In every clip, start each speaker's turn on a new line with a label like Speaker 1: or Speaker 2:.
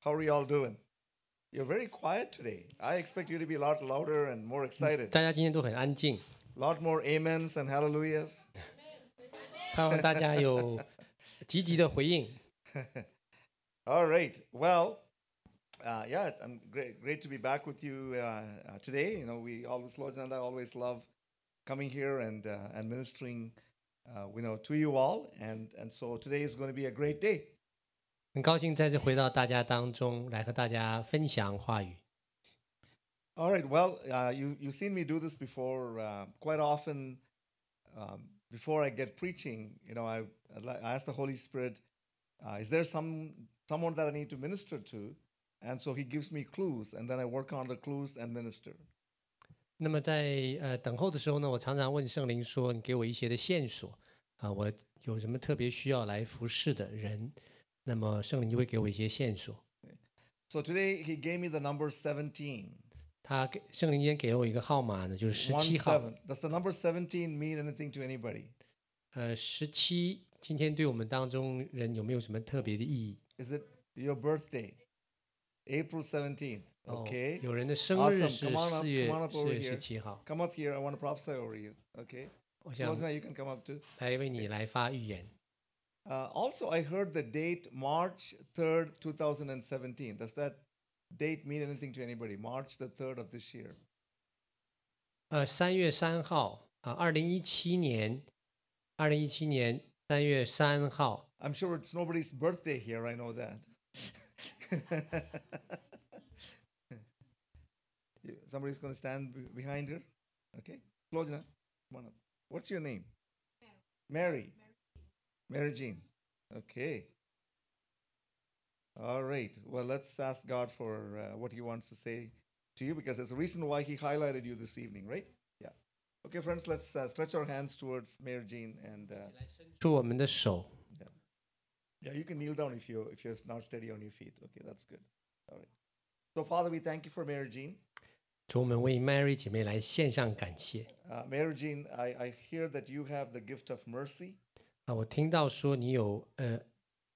Speaker 1: How are y'all doing? You're very quiet today. I expect you to be a lot louder and more excited.
Speaker 2: 大家今天都很安静，
Speaker 1: A lot more amens and hallelujahs.
Speaker 2: 盼望大家有积极的回应。
Speaker 1: All right. Well, uh, yeah, it's- I'm great, great to be back with you uh, uh, today. You know, we always, Lord and I always love coming here and uh, and ministering, uh, you know, to you all. And and so today is going to be a great day.
Speaker 2: 很高兴再次回到大家当中，来和大家分享话语。
Speaker 1: All right. Well, uh, you you've seen me do this before uh, quite often. Um, before I get preaching, you know, I I'd like- I ask the Holy Spirit, uh, is there some someone that I need to minister to? And so He gives me clues, and then I work on the clues and minister.
Speaker 2: 那么在呃等候的时候呢，我常常问圣灵说：“你给我一些的线索啊、我有什么特别需要来服侍的人？”那么圣灵就会给我一些线索。
Speaker 1: So today He gave me the number seventeen.
Speaker 2: 他给圣灵今天给了我一个号码呢，就是十
Speaker 1: One
Speaker 2: 七号。
Speaker 1: seven. Does the number seventeen mean anything to anybody?
Speaker 2: 呃，十七今天对我们当中人有没有什么特别的意义？
Speaker 1: Is it your birthday? April seventeenth.
Speaker 2: 哦
Speaker 1: Okay.
Speaker 2: 有人的生日
Speaker 1: Awesome.
Speaker 2: 是
Speaker 1: Come on up.
Speaker 2: 四
Speaker 1: Come on
Speaker 2: 月
Speaker 1: up
Speaker 2: 四
Speaker 1: over
Speaker 2: 月十
Speaker 1: here.
Speaker 2: 七号。
Speaker 1: Come up here. I want to prophesy over you. Okay.
Speaker 2: 我想
Speaker 1: Rosemary, you can come up too.
Speaker 2: 来为你来发预言。
Speaker 1: Uh, also, I heard the date March 3rd, 2017. Does that date mean anything to anybody? March the 3rd of this year.
Speaker 2: 呃，三月三号啊，二零一七年，二零一七年三月三号，
Speaker 1: I'm sure it's nobody's birthday here, I know that. Yeah, Somebody's going to stand be- behind her. Okay. Flojana, come on up. What's your name? Mary. Mary Jean. Okay. All right. Well, let's ask God for uh, what He wants to say to you because there's a reason why He highlighted you this evening, right? Yeah. Okay, friends, let's uh, stretch our hands towards Mary Jean and. Uh,
Speaker 2: 祝我们的手。
Speaker 1: yeah, you can kneel down if you if you're not steady on your feet. Okay, that's good. All right. So, Father, we thank you for Mary Jean.
Speaker 2: 主，我们为 Mary 姐妹来献上感谢
Speaker 1: Uh, Mary Jean, I, I hear that you have the gift of mercy.
Speaker 2: 啊！我听到说你有呃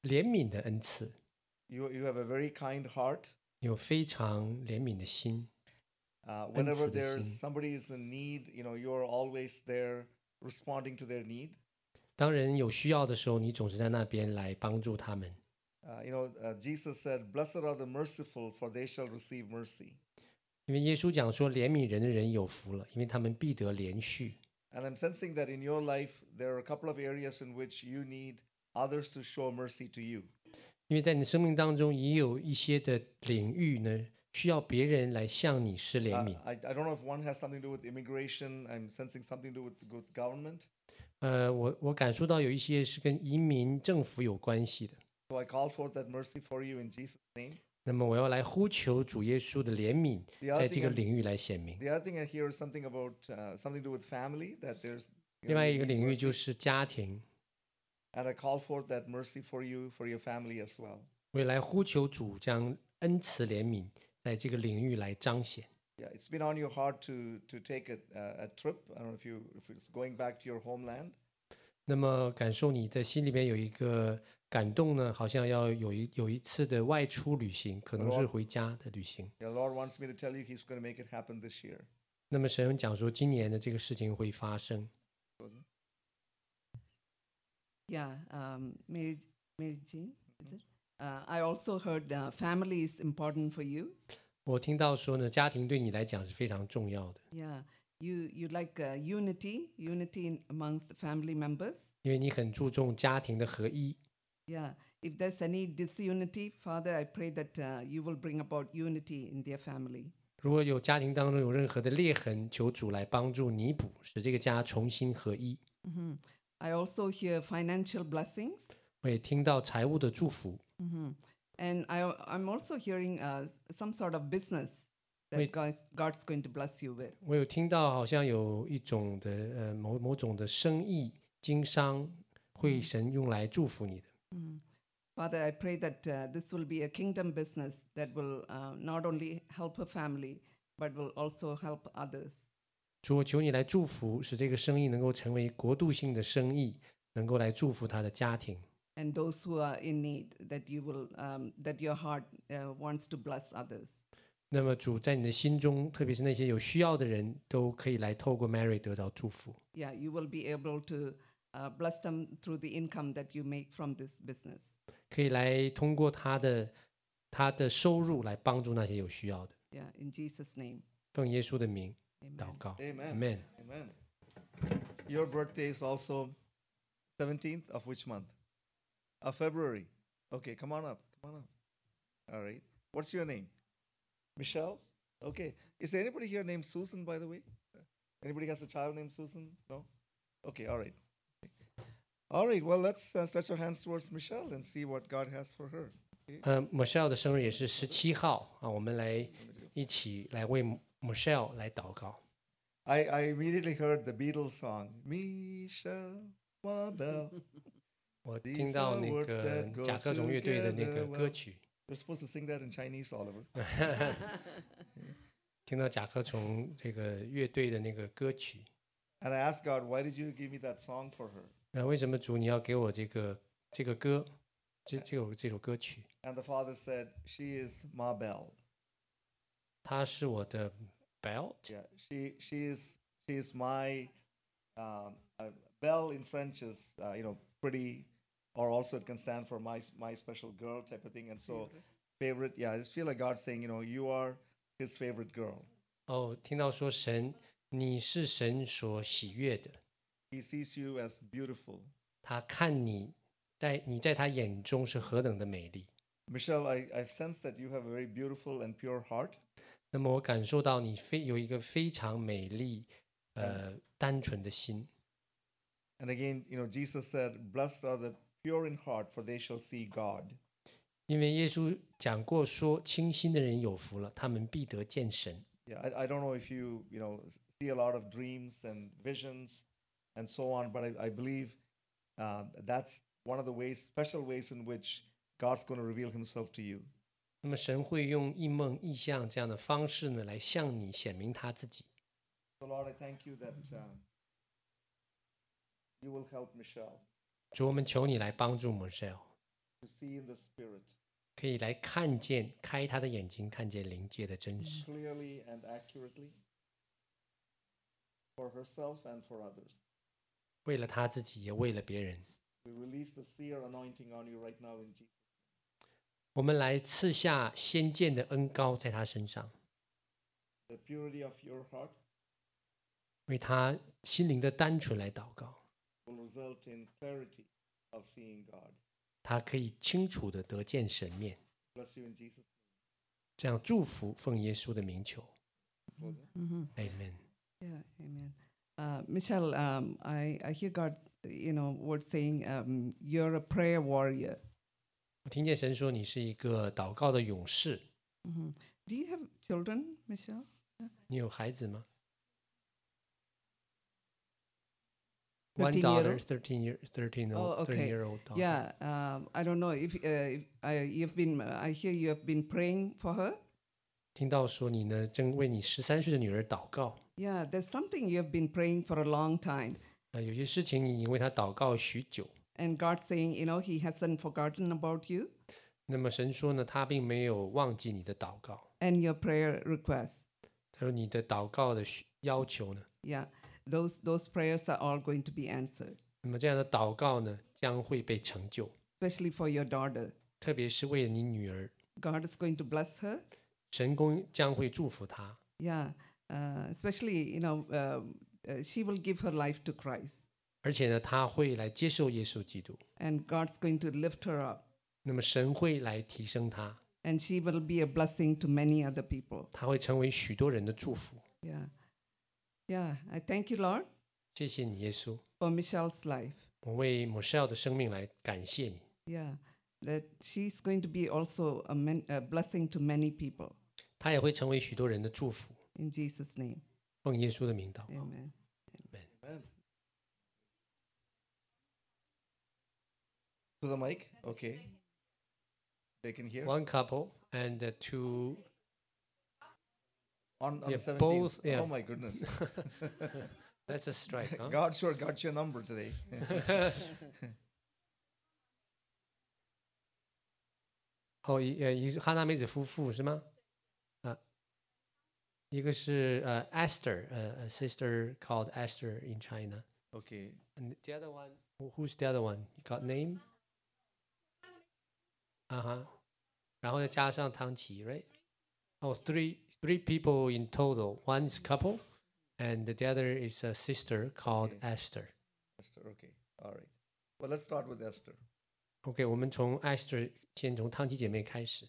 Speaker 2: 怜悯的恩赐，
Speaker 1: You you have a very kind heart.
Speaker 2: 你有非常怜悯的心。
Speaker 1: Uh, whenever
Speaker 2: Sensitive
Speaker 1: there's
Speaker 2: 心.
Speaker 1: somebody is in need, you know you are always there responding to their need.
Speaker 2: 当人有需要的时候，你总是在那边来帮助他们。
Speaker 1: Uh, you know uh, Jesus said, "Blessed are the merciful, for they shall receive mercy."
Speaker 2: 因为耶稣讲说，怜悯人的人有福了，因为他们必得连续。
Speaker 1: And I'm sensing that in your life there are a couple of areas in which you need others to show mercy to you.
Speaker 2: 因为在你的生命当中，也有一些的领域呢，需要别人来向你施怜
Speaker 1: Uh,
Speaker 2: 悯。
Speaker 1: I, I don't know if one has something to do with immigration. I'm sensing something to do with, with government.
Speaker 2: 呃，我我感受到有一些是跟移民政府有关系的。
Speaker 1: So I call forth that mercy for you in Jesus' name.
Speaker 2: 那么我要来呼求主耶稣的怜悯
Speaker 1: The，other
Speaker 2: 在这个
Speaker 1: thing I'm-
Speaker 2: 领域来显明。
Speaker 1: The other thing I hear is something about uh, something to do with family. That there's. you know,
Speaker 2: 另外
Speaker 1: you
Speaker 2: 一个
Speaker 1: need
Speaker 2: 领域
Speaker 1: mercy.
Speaker 2: 就是家庭，
Speaker 1: And I call forth that mercy for you for your family as well.
Speaker 2: 我也来呼求主将恩慈怜悯在这个领域来彰显。
Speaker 1: Yeah, it's been on your heart to to take a, a, a trip. I don't know if you if it's going back to your homeland.
Speaker 2: 那么感受你的心里面有一个感动呢，好像要有一有一次的外出旅行，可能是回家的旅行。
Speaker 1: The Lord wants me to tell you He's going to make it happen this year.
Speaker 2: 那么神讲说，今年的这个事情会发生。
Speaker 3: Yeah, um, Mary, Mary Jean, is it? Uh, I also heard uh, family is important for you.
Speaker 2: 我听到说呢，家庭对你来讲是非常重要的，
Speaker 3: Yeah, you you like uh, unity, unity in, amongst the family members.
Speaker 2: 因为你很注重家庭的合一。
Speaker 3: Yeah, if there's any disunity, Father, I pray that uh, you will bring about unity in their family.
Speaker 2: 如果有家庭当中有任何的裂痕，求主来帮助弥补，使这个家重新合一。
Speaker 3: I also hear financial blessings,
Speaker 2: 我也听到财务的祝福，
Speaker 3: and I I'm also hearing uh, s- some sort of business that
Speaker 2: Wait.
Speaker 3: God's, God's going to bless you with.
Speaker 2: 我有听到好像有一种的呃某某种的生意经商会神用来祝福你的。
Speaker 3: Father, I pray that uh, this will be a kingdom business that will uh, not only help her family, but will also help others.
Speaker 2: 主，我求你来祝福，使这个生意能够成为国度性的生意，能够来祝福他的家庭。
Speaker 3: and those who are in need, that you will, um, that your heart uh, wants to bless others.
Speaker 2: 那么主在你的心中，特别是那些有需要的人都可以来透过 Mary 得到祝福。
Speaker 3: Yeah, you will be able to uh, bless them through the income that you make from this business.
Speaker 2: 可以来通过他的他的收入来帮助那些有需要的。
Speaker 3: Yeah, in Jesus' name.
Speaker 2: 奉耶稣的名
Speaker 3: Amen.
Speaker 2: 祷告
Speaker 1: Amen.
Speaker 2: ，Amen。
Speaker 1: Amen. Your birthday is also 17th of which month? Of February. Okay, come on up. Come on up. All right. What's your name? Michelle? Okay. Is there anybody here named Susan, by the way? Anybody has a child named Susan? No? Okay, all right. All right, well, let's uh, stretch our hands towards Michelle and see what God has for her.
Speaker 2: 呃，Michelle 的生日也是十七号啊，我们来一起来为 Michelle 来祷告。
Speaker 1: I, I immediately heard the Beatles song, Michelle, my belle.
Speaker 2: 我
Speaker 1: These
Speaker 2: 听到
Speaker 1: are
Speaker 2: 那
Speaker 1: words
Speaker 2: 个
Speaker 1: that go
Speaker 2: 甲壳虫乐队的那个
Speaker 1: together
Speaker 2: 歌
Speaker 1: well
Speaker 2: 曲，
Speaker 1: You're supposed to sing that in Chinese, Oliver.
Speaker 2: 听到甲壳虫这个乐队的那个歌曲。
Speaker 1: And I asked God, why did you give me that song for her?
Speaker 2: 那为什么主你要给我这个这个歌，这这首这首歌曲？
Speaker 1: And the father said, she is Ma Bell.
Speaker 2: 它是我的 belt，
Speaker 1: Yeah, she she is she is my um, uh, Belle in French is uh, you know pretty, or also it can stand for my s- my special girl type of thing. And so favorite, yeah, I just feel like God saying, you know, you are His favorite girl.
Speaker 2: 哦，听到说神，你是神所喜悦的，
Speaker 1: He sees you as beautiful.
Speaker 2: 他看你在你在他眼中是何等的美丽。
Speaker 1: Michelle, I, I sense that you have a very beautiful and pure heart.
Speaker 2: 那么我感受到你非有一个非常美丽、呃单纯的心。
Speaker 1: And again, you know, Jesus said, Blessed are the pure in heart, for they shall see God.
Speaker 2: 因为耶稣讲过说，清心的人有福了，他们必得见神。
Speaker 1: Yeah, I, I don't know if you you know s- see a lot of dreams and visions and so on, but I, I believe uh, that's one of the ways, special ways in which God's going to reveal Himself to you.
Speaker 2: 那么神会用异梦、异象这样的方式呢，来向你显明他自己。
Speaker 1: So Lord, I thank you that um, you will help Michelle
Speaker 2: 主，我们求你来帮助 m i c h e l l
Speaker 1: to see in the Spirit
Speaker 2: 可以来看见，开他的眼睛，看见灵界的真实，
Speaker 1: clearly and accurately for herself and for others.
Speaker 2: 为了他自己，也为了别人。
Speaker 1: We release the seer anointing on you right now in Jesus.
Speaker 2: 我们来赐下先见的恩高在他身上，
Speaker 1: The purity of your heart
Speaker 2: 为他心灵的单纯来祷告，
Speaker 1: will result in clarity of seeing God.
Speaker 2: 他可以清楚的得见神面。
Speaker 1: Bless you in Jesus.
Speaker 2: 这样祝福，奉耶稣的名求 Mm-hmm.，Amen。
Speaker 3: Yeah, amen. Uh, Michelle, um, I, I hear God's, you know, word saying, um, you're a prayer warrior.
Speaker 2: 我听见神说你是一个祷告的勇士，
Speaker 3: Mm-hmm. Do you have children, Michelle?
Speaker 2: 你有孩子吗？One
Speaker 3: Thirteen year
Speaker 2: daughter,
Speaker 3: old?
Speaker 2: thirteen year, thirteen year
Speaker 3: Oh,
Speaker 2: old,
Speaker 3: okay.
Speaker 2: thirteen year old daughter.
Speaker 3: Yeah, um, I don't know if, uh, if I, you've been, I hear you have been praying for her.
Speaker 2: 听到说你呢正为你十三岁的女儿祷告，
Speaker 3: Yeah, there's something you have been praying for a long time.
Speaker 2: 啊，有些事情你已经为她祷告许久。
Speaker 3: And God's saying, you know, He hasn't forgotten about you
Speaker 2: 那么神说呢，他并没有忘记你的祷告。
Speaker 3: and your prayer requests.
Speaker 2: 他说你的祷告的需要求呢，
Speaker 3: Yeah, those, those prayers are all going to be answered,
Speaker 2: 那么这样的祷告呢将会被成就，
Speaker 3: especially for your daughter.
Speaker 2: 特别是为了你女儿，
Speaker 3: God is going to bless her.
Speaker 2: 神公将会祝福她。
Speaker 3: Yeah, uh, especially you know um, uh, she will give her life to Christ,
Speaker 2: 而且呢，他会来接受耶稣基督，
Speaker 3: and God's going to lift her up,
Speaker 2: 那么神会来提升他，
Speaker 3: and she will be a blessing to many other people.
Speaker 2: 他会成为许多人的祝福。
Speaker 3: Yeah, yeah. I thank you, Lord,
Speaker 2: 谢谢你，耶稣，
Speaker 3: for Michelle's life.
Speaker 2: 我为 Michelle 的生命来感谢你，
Speaker 3: Yeah, that she's going to be also a, man, a blessing to many people
Speaker 2: 他也会成为许多人的祝福。
Speaker 3: in Jesus' name.
Speaker 2: 奉耶稣的名祷告，
Speaker 3: Amen.
Speaker 1: Amen. To the mic. Okay. They can hear.
Speaker 2: One couple and uh, two
Speaker 1: On, on
Speaker 2: yeah,
Speaker 1: the 17th.
Speaker 2: both, yeah.
Speaker 1: Oh my goodness.
Speaker 2: That's a strike, huh?
Speaker 1: God sure got your number today.
Speaker 2: 哦，一呃，一是 Oh, 哈娜梅子夫妇是吗？啊，一个是呃 Esther，呃，a sister called Esther in China。
Speaker 1: Okay.
Speaker 2: And the other one, who- who's the other one? You got name? 啊哈，然后再加上汤奇，right? Oh, three three people in total. One is couple, and the other is a sister called
Speaker 1: Okay.
Speaker 2: Esther.
Speaker 1: Esther. Okay. All right. Well, let's start with Esther.
Speaker 2: OK，我们从 Esther 先从汤奇姐妹开始。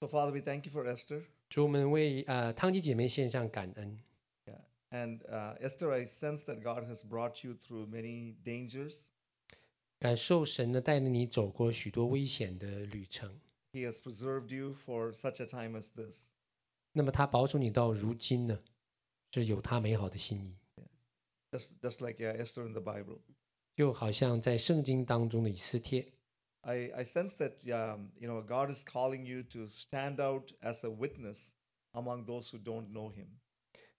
Speaker 1: So, Father, we thank you for Esther.
Speaker 2: 主，我们为呃汤奇姐妹献上感恩。
Speaker 1: Yeah. And uh, Esther, I sense that God has brought you through many dangers.
Speaker 2: 感受神呢带着你走过许多危险的旅程，
Speaker 1: He has preserved you for such a time as this.
Speaker 2: 那么他保守你到如今呢，是有他美好的心意，
Speaker 1: Just, just like yeah, Esther in the Bible.
Speaker 2: 就好像在圣经当中的以斯帖，
Speaker 1: I, I sense that um, you know God is calling you to stand out as a witness among those who don't know Him.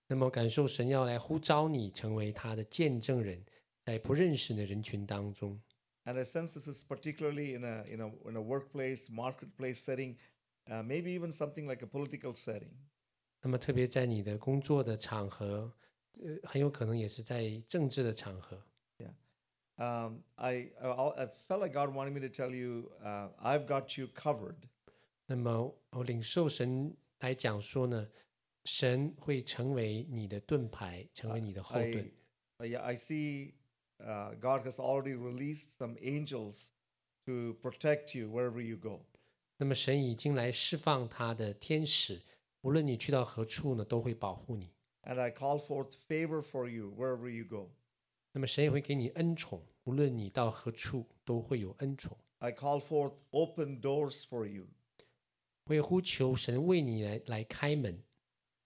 Speaker 2: 那么感受神要来呼召你成为他的见证人，在不认识的人群当中，
Speaker 1: And I sense this is particularly in a in a in a workplace, marketplace setting, uh, maybe even something like a political setting.
Speaker 2: 那么特别在你的工作的场合，呃，很有可能也是在政治的场合。
Speaker 1: Um, I, I I felt like God wanted me to tell you, uh, I've got you covered.
Speaker 2: 那么我领受神来讲说呢，神会成为你的盾牌，成为你的后盾。
Speaker 1: I, uh, yeah, I see uh, God has already released some angels to protect you wherever you go.
Speaker 2: 那么神已经来释放他的天使，无论你去到何处呢，都会保护你。
Speaker 1: And I call forth favor for you wherever you go.
Speaker 2: 那么神也会给你恩宠，无论你到何处都会有恩宠。
Speaker 1: I call forth open doors for you,
Speaker 2: 我也呼求神为你来来开门，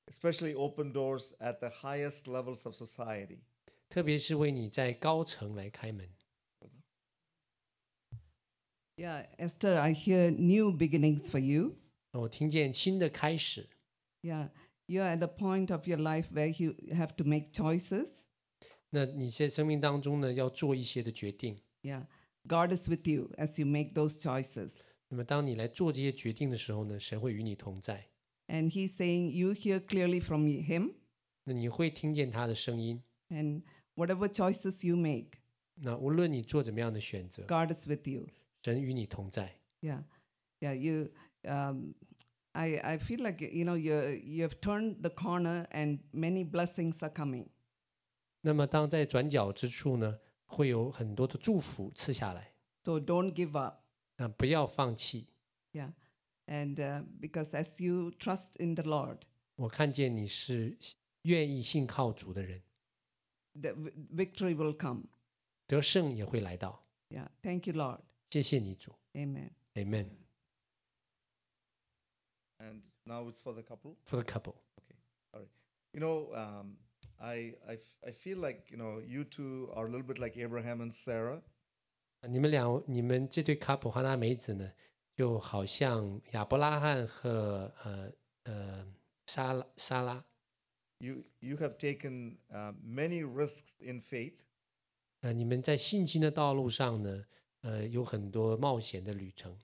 Speaker 1: especially open doors at the highest levels of society.
Speaker 2: 特别是为你在高层来开门。
Speaker 3: Yeah, Esther, I hear new beginnings for you.
Speaker 2: 那我听见新的开始，
Speaker 3: Yeah, you're at a point of your life where you have to make choices.
Speaker 2: 那你在生命当中呢，要做一些的决定。
Speaker 3: Yeah, God is with you as you make those choices.
Speaker 2: 那么当你来做这些决定的时候呢，神会与你同在，
Speaker 3: And He's saying, You hear clearly from Him,
Speaker 2: 那你会听见他的声音。
Speaker 3: and whatever choices you make,
Speaker 2: 那无论你做怎么样的选择，
Speaker 3: God is with you.
Speaker 2: 神与你同在。
Speaker 3: Yeah, yeah. You, um, I, I feel like you know you you have turned the corner, and many blessings are coming.
Speaker 2: 那么当在转角之处呢，会有很多的祝福赐下来。
Speaker 3: So don't give up.
Speaker 2: 那不要放弃。
Speaker 3: Yeah, and uh, because as you trust in the Lord,
Speaker 2: 我看见你是愿意信靠主的人，
Speaker 3: the v- victory will come.
Speaker 2: 得胜也会来到。
Speaker 3: Yeah, thank you, Lord.
Speaker 2: 谢谢你主
Speaker 3: Amen.
Speaker 2: ，Amen
Speaker 1: And now it's for the couple.
Speaker 2: for the couple。
Speaker 1: Okay. All right. You know, um, I, I, f- I feel like, you know, you two are a little bit like Abraham and Sarah.
Speaker 2: 你们俩，你们这对 couple 哈娜梅子呢，就好像亚伯拉罕和呃呃莎拉莎拉，
Speaker 1: You, you have taken uh, many risks in faith,
Speaker 2: 呃，你们在信心的道路上呢，呃，有很多冒险的旅程，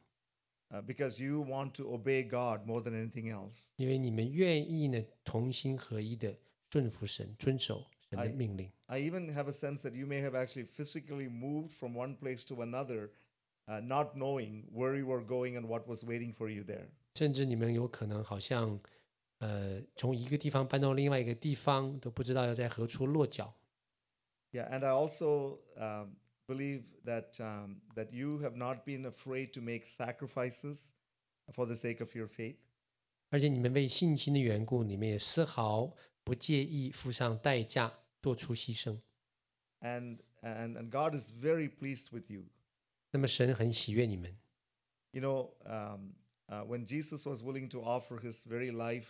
Speaker 1: uh, because you want to obey God more than anything else.
Speaker 2: 因为你们愿意呢同心合一的顺服神，遵守神的
Speaker 1: 哎
Speaker 2: 命令。
Speaker 1: I even have a sense that you may have actually physically moved from one place to another, uh, not knowing where you were going and what was waiting for you there.
Speaker 2: 甚至你们有可能好像，呃，从一个地方搬到另外一个地方，都不知道要在何处落脚。
Speaker 1: Yeah, and I also um, believe that um, that you have not been afraid to make sacrifices for the sake of your faith.
Speaker 2: 而且你们为信心的缘故，你们也丝毫不介意付上代价，做出牺牲。
Speaker 1: and and and God is very pleased with you.
Speaker 2: 那么神很喜悦你们。
Speaker 1: You know, um, uh, when Jesus was willing to offer his very life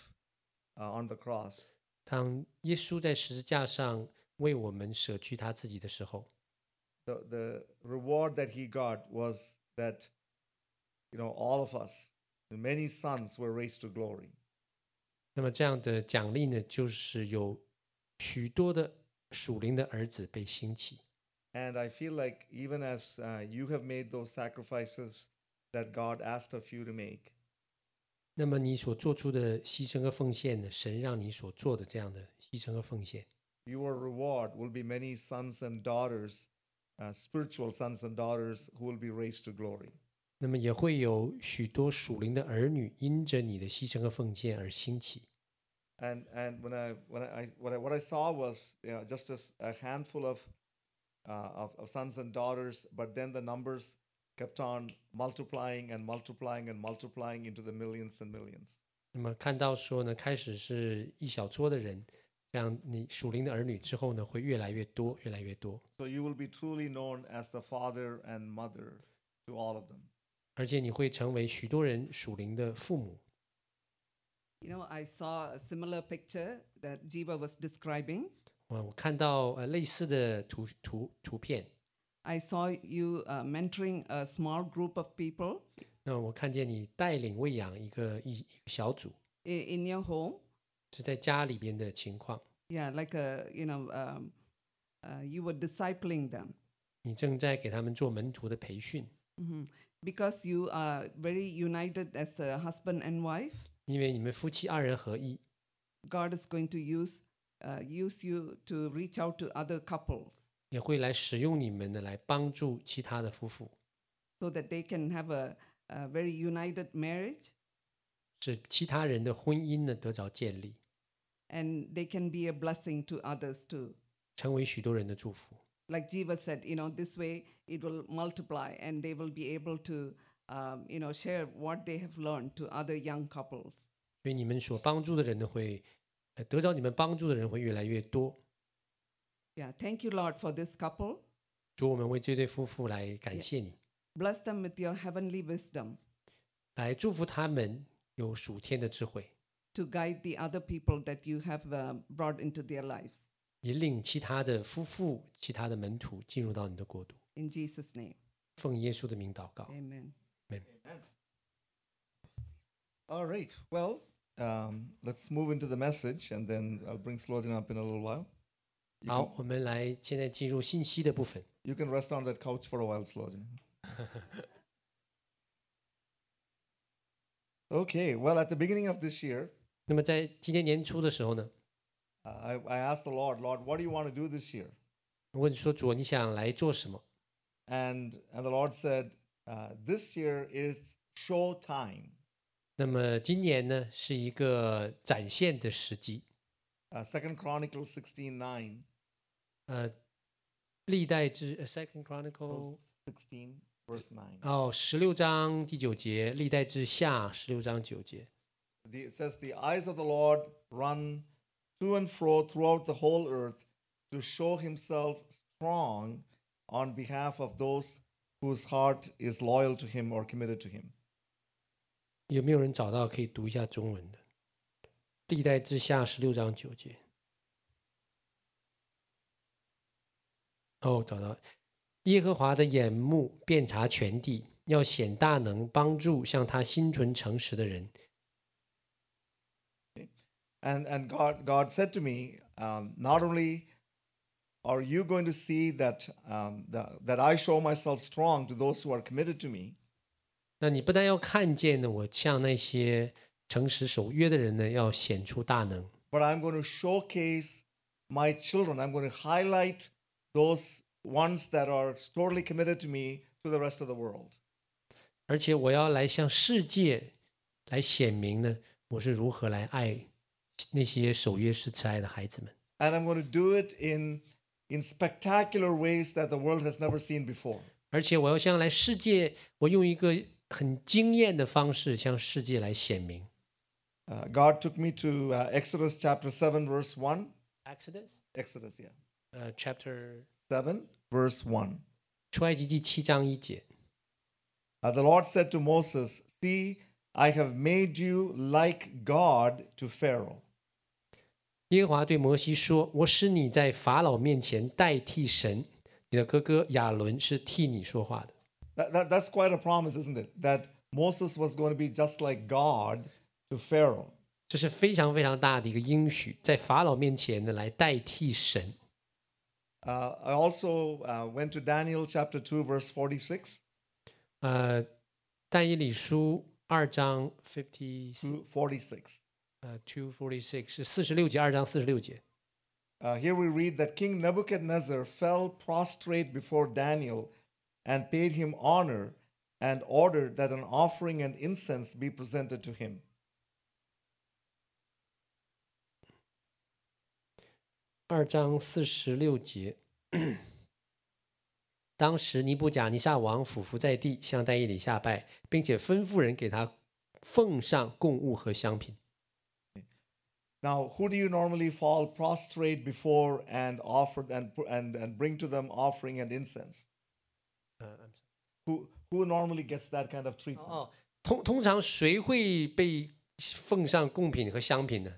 Speaker 1: uh, on the cross,
Speaker 2: 当耶稣在十字架上为我们舍去他自己的时候，
Speaker 1: the the reward that he got was that you know all of us, the many sons, were raised to glory.
Speaker 2: 那么这样的奖励呢，就是有许多的属灵的儿子被兴起。
Speaker 1: And I feel like even as uh, you have made those sacrifices that God asked of you to make,
Speaker 2: 那么你所做出的牺牲和奉献呢？神让你所做的这样的牺牲和奉献，
Speaker 1: your reward will be many sons and daughters, uh, spiritual sons and daughters, who will be raised to glory.
Speaker 2: 那么也会有许多属灵的儿女因着你的牺牲和奉献而兴起。
Speaker 1: And and when I when I, I what I what I saw was you know, just as a handful of, uh, of of sons and daughters, but then the numbers kept on multiplying and multiplying and multiplying into the millions and millions.
Speaker 2: 那么看到说呢，开始是一小撮的人，这样你属灵的儿女之后呢，会越来越多，越来越多，
Speaker 1: So you will be truly known as the father and mother to all of them.
Speaker 2: 而且你会成为许多人属灵的父母。
Speaker 3: You know, I saw a similar picture that Jiva was describing.
Speaker 2: 啊，我看到呃类似的图图图片，
Speaker 3: I saw you uh, mentoring a small group of people
Speaker 2: 那我看见你带领喂养一个一一个小组，
Speaker 3: i- in your home.
Speaker 2: 是在家里边的情况，
Speaker 3: Yeah, like a you know, um, uh, you were discipling them
Speaker 2: 你正在给他们做门徒的培训，
Speaker 3: hmm because you are very united as a husband and wife.
Speaker 2: 因为你们夫妻二人合一，
Speaker 3: God is going to use uh, use you to reach out to other couples
Speaker 2: 也会来使用你们的来帮助其他的夫妇，
Speaker 3: so that they can have a, a very united marriage
Speaker 2: 使其他人的婚姻呢得着建立，
Speaker 3: and they can be a blessing to others too.
Speaker 2: 成为许多人的祝福。
Speaker 3: Like Jiva said, you know, this way it will multiply and they will be able to um, you know share what they have learned to other young couples.
Speaker 2: 所以你们所帮助的人呢会，呃得着你们帮助的人会越来越多。
Speaker 3: Yeah, thank you, Lord, for this couple.
Speaker 2: 主，我们为这对夫妇来感谢你，
Speaker 3: Bless them with your heavenly wisdom
Speaker 2: 来祝福他们有属天的智慧，
Speaker 3: to guide the other people that you have uh, brought into their lives.
Speaker 2: 引领其他的夫妇、其他的门徒进入到你的国度。
Speaker 3: In Jesus' name,
Speaker 2: 奉耶稣的名祷告，
Speaker 3: amen.
Speaker 1: All right. Well, um, let's move into the message, and then I'll bring Slojan up in a little while. You
Speaker 2: 好
Speaker 1: can,，
Speaker 2: 我们来现在进入信息的部分。
Speaker 1: you can rest on that couch for a while, Slojan. okay. Well, at the beginning of this year,
Speaker 2: 那么在今年年初的时候呢，
Speaker 1: uh, I, I asked the Lord, Lord, what do you want to do this year?
Speaker 2: 我问说主，你想来做什么？
Speaker 1: And and the Lord said, uh, this year is show time.
Speaker 2: 那么今年呢是一个展现的时机。
Speaker 1: Uh, Second Chronicles sixteen nine
Speaker 2: 呃，历代之呃 Second Chronicle
Speaker 1: sixteen verse nine.
Speaker 2: 哦，十六章第九节，历代之下十六章九节。
Speaker 1: The, it says, The eyes of the Lord run to and fro throughout the whole earth to show himself strong on behalf of those whose heart is loyal to him or committed to him.
Speaker 2: 有没有人找到可以读一下中文的？历代之下十六章九节。哦，找到耶和华的眼目遍察全地，要显大能，帮助向他心存诚实的人。
Speaker 1: And, and God, God said to me, um, Not only are you going to see that, um, the, that I show myself strong to those who are committed to me,
Speaker 2: 那你不但要看见呢，我向那些诚实守约的人呢，要显出大能，
Speaker 1: but I'm going to showcase my children. I'm going to highlight those ones that are totally committed to me to the rest of the world.
Speaker 2: 而且我要来向世界来显明呢，我是如何来爱那些守约是慈爱的孩子们，
Speaker 1: and I'm going to do it in in spectacular ways that the world has never seen before.
Speaker 2: 而且我要向来世界，我用一个很惊艳的方式向世界来显明。
Speaker 1: Uh, God took me to uh, Exodus chapter seven, verse one.
Speaker 2: Exodus，
Speaker 1: Exodus, yeah,
Speaker 2: 呃、c h a p t e r
Speaker 1: seven, verse one.
Speaker 2: 出埃及记七章一节，
Speaker 1: Uh, the Lord said to Moses, "See, I have made you like God to Pharaoh."
Speaker 2: 耶和华对摩西说：“我使你在法老面前代替神，你的哥哥亚伦是替你说话的。
Speaker 1: That, that, that's quite a promise, isn't it? That Moses was going to be just like God to Pharaoh. ”
Speaker 2: 这是非常非常大的一个应许，在法老面前呢来代替神。
Speaker 1: Uh, I also uh, went to Daniel chapter 2, verse 46
Speaker 2: 呃，但以理书二章 fifty
Speaker 1: to 46.
Speaker 2: 呃 two forty six 是四十六节，二章四十六节。
Speaker 1: Uh, here we read that King Nebuchadnezzar fell prostrate before Daniel and paid him honor and ordered that an offering and incense be presented to him.
Speaker 2: 二章四十六节。当时尼布甲尼撒王俯伏在地，向但以理下拜，并且吩咐人给他奉上供物和香品。
Speaker 1: Now, who do you normally fall prostrate before and offer and, and, and bring to them offering and incense? Who, who normally gets that kind of treatment?
Speaker 2: 哦，通通常谁会被奉上贡品和香品呢？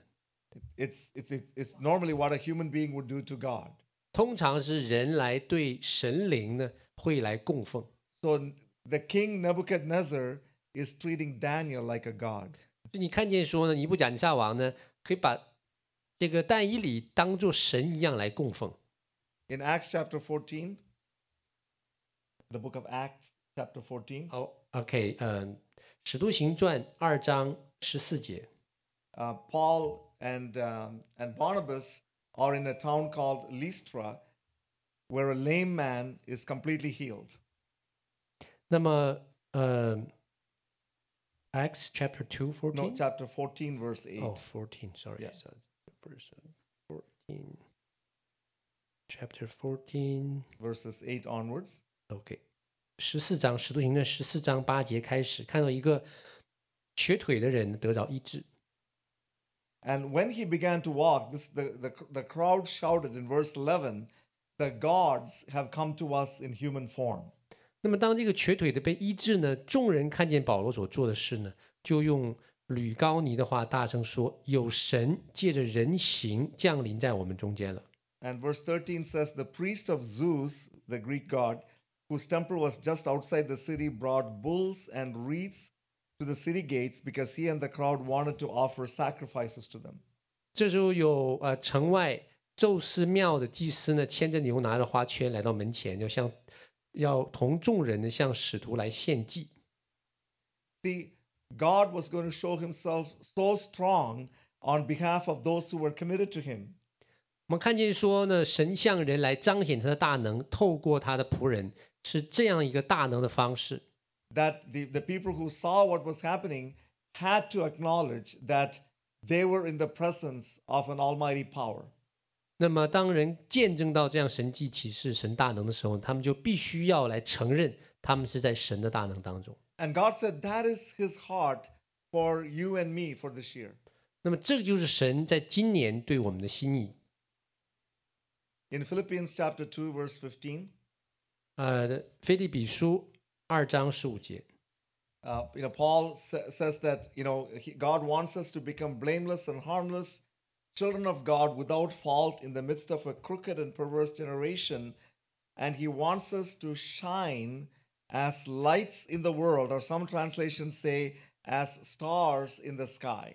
Speaker 1: It's, it's, it's, it's normally what a human being would do to God.
Speaker 2: 通常是人来对神灵呢会来供奉。
Speaker 1: So n- the king Nebuchadnezzar is treating Daniel like a god.
Speaker 2: 就你看见说呢，尼布甲尼撒王呢可以把这个但以理当做神一样来供奉。
Speaker 1: In Acts chapter 14, the book of Acts chapter 14,
Speaker 2: 好，OK，嗯、使徒行传》二章十四节，
Speaker 1: uh, Paul and, um, and Barnabas are in a town called Lystra where a lame man is completely healed.
Speaker 2: 那么呃，Acts chapter two
Speaker 1: No,
Speaker 2: fourteen，Oh.
Speaker 1: chapter 14, verse 8.
Speaker 2: 哦，fourteen，sorry，
Speaker 1: Yeah.
Speaker 2: fourteen。Chapter fourteen,
Speaker 1: Verses 8 onwards.
Speaker 2: OK，十四章《使徒行传》十四章八节开始，看到一个瘸腿的人得着医治。
Speaker 1: And when he began to walk, this, the, the, the crowd shouted in verse 11, The gods have come to us in human form.
Speaker 2: 那么，当这个瘸腿的被医治呢，众人看见保罗所做的事呢，就用吕高尼的话大声说：“有神借着人形降临在我们中间了。
Speaker 1: And verse 13 says, The priest of Zeus, the Greek god, whose temple was just outside the city, brought bulls and wreaths to the city gates because he and the crowd wanted to offer sacrifices to them. ”
Speaker 2: 这时候有呃城外宙斯庙的祭司呢，牵着牛拿着花圈来到门前，要向要同众人呢向使徒来献祭。
Speaker 1: See, God was going to show himself so strong on behalf of those who were committed to him.
Speaker 2: 我们看见说呢，神向人来彰显他的大能，透过他的仆人，是这样一个大能的方式。
Speaker 1: that the, the people who saw what was happening had to acknowledge that they were in the presence of an almighty power.
Speaker 2: 那么，当人见证到这样神迹奇事、神大能的时候，他们就必须要来承认，他们是在神的大能当中。
Speaker 1: And God said, That is his heart for you and me for this year.
Speaker 2: 那么，这就是神在今年对我们的心意。
Speaker 1: In Philippians chapter 2, verse 15,
Speaker 2: 呃，菲利比书二章十五节，
Speaker 1: uh, you know, Paul sa- says that you know he, God wants us to become blameless and harmless children of God without fault in the midst of a crooked and perverse generation, and He wants us to shine as lights in the world, or some translations say as stars in the sky.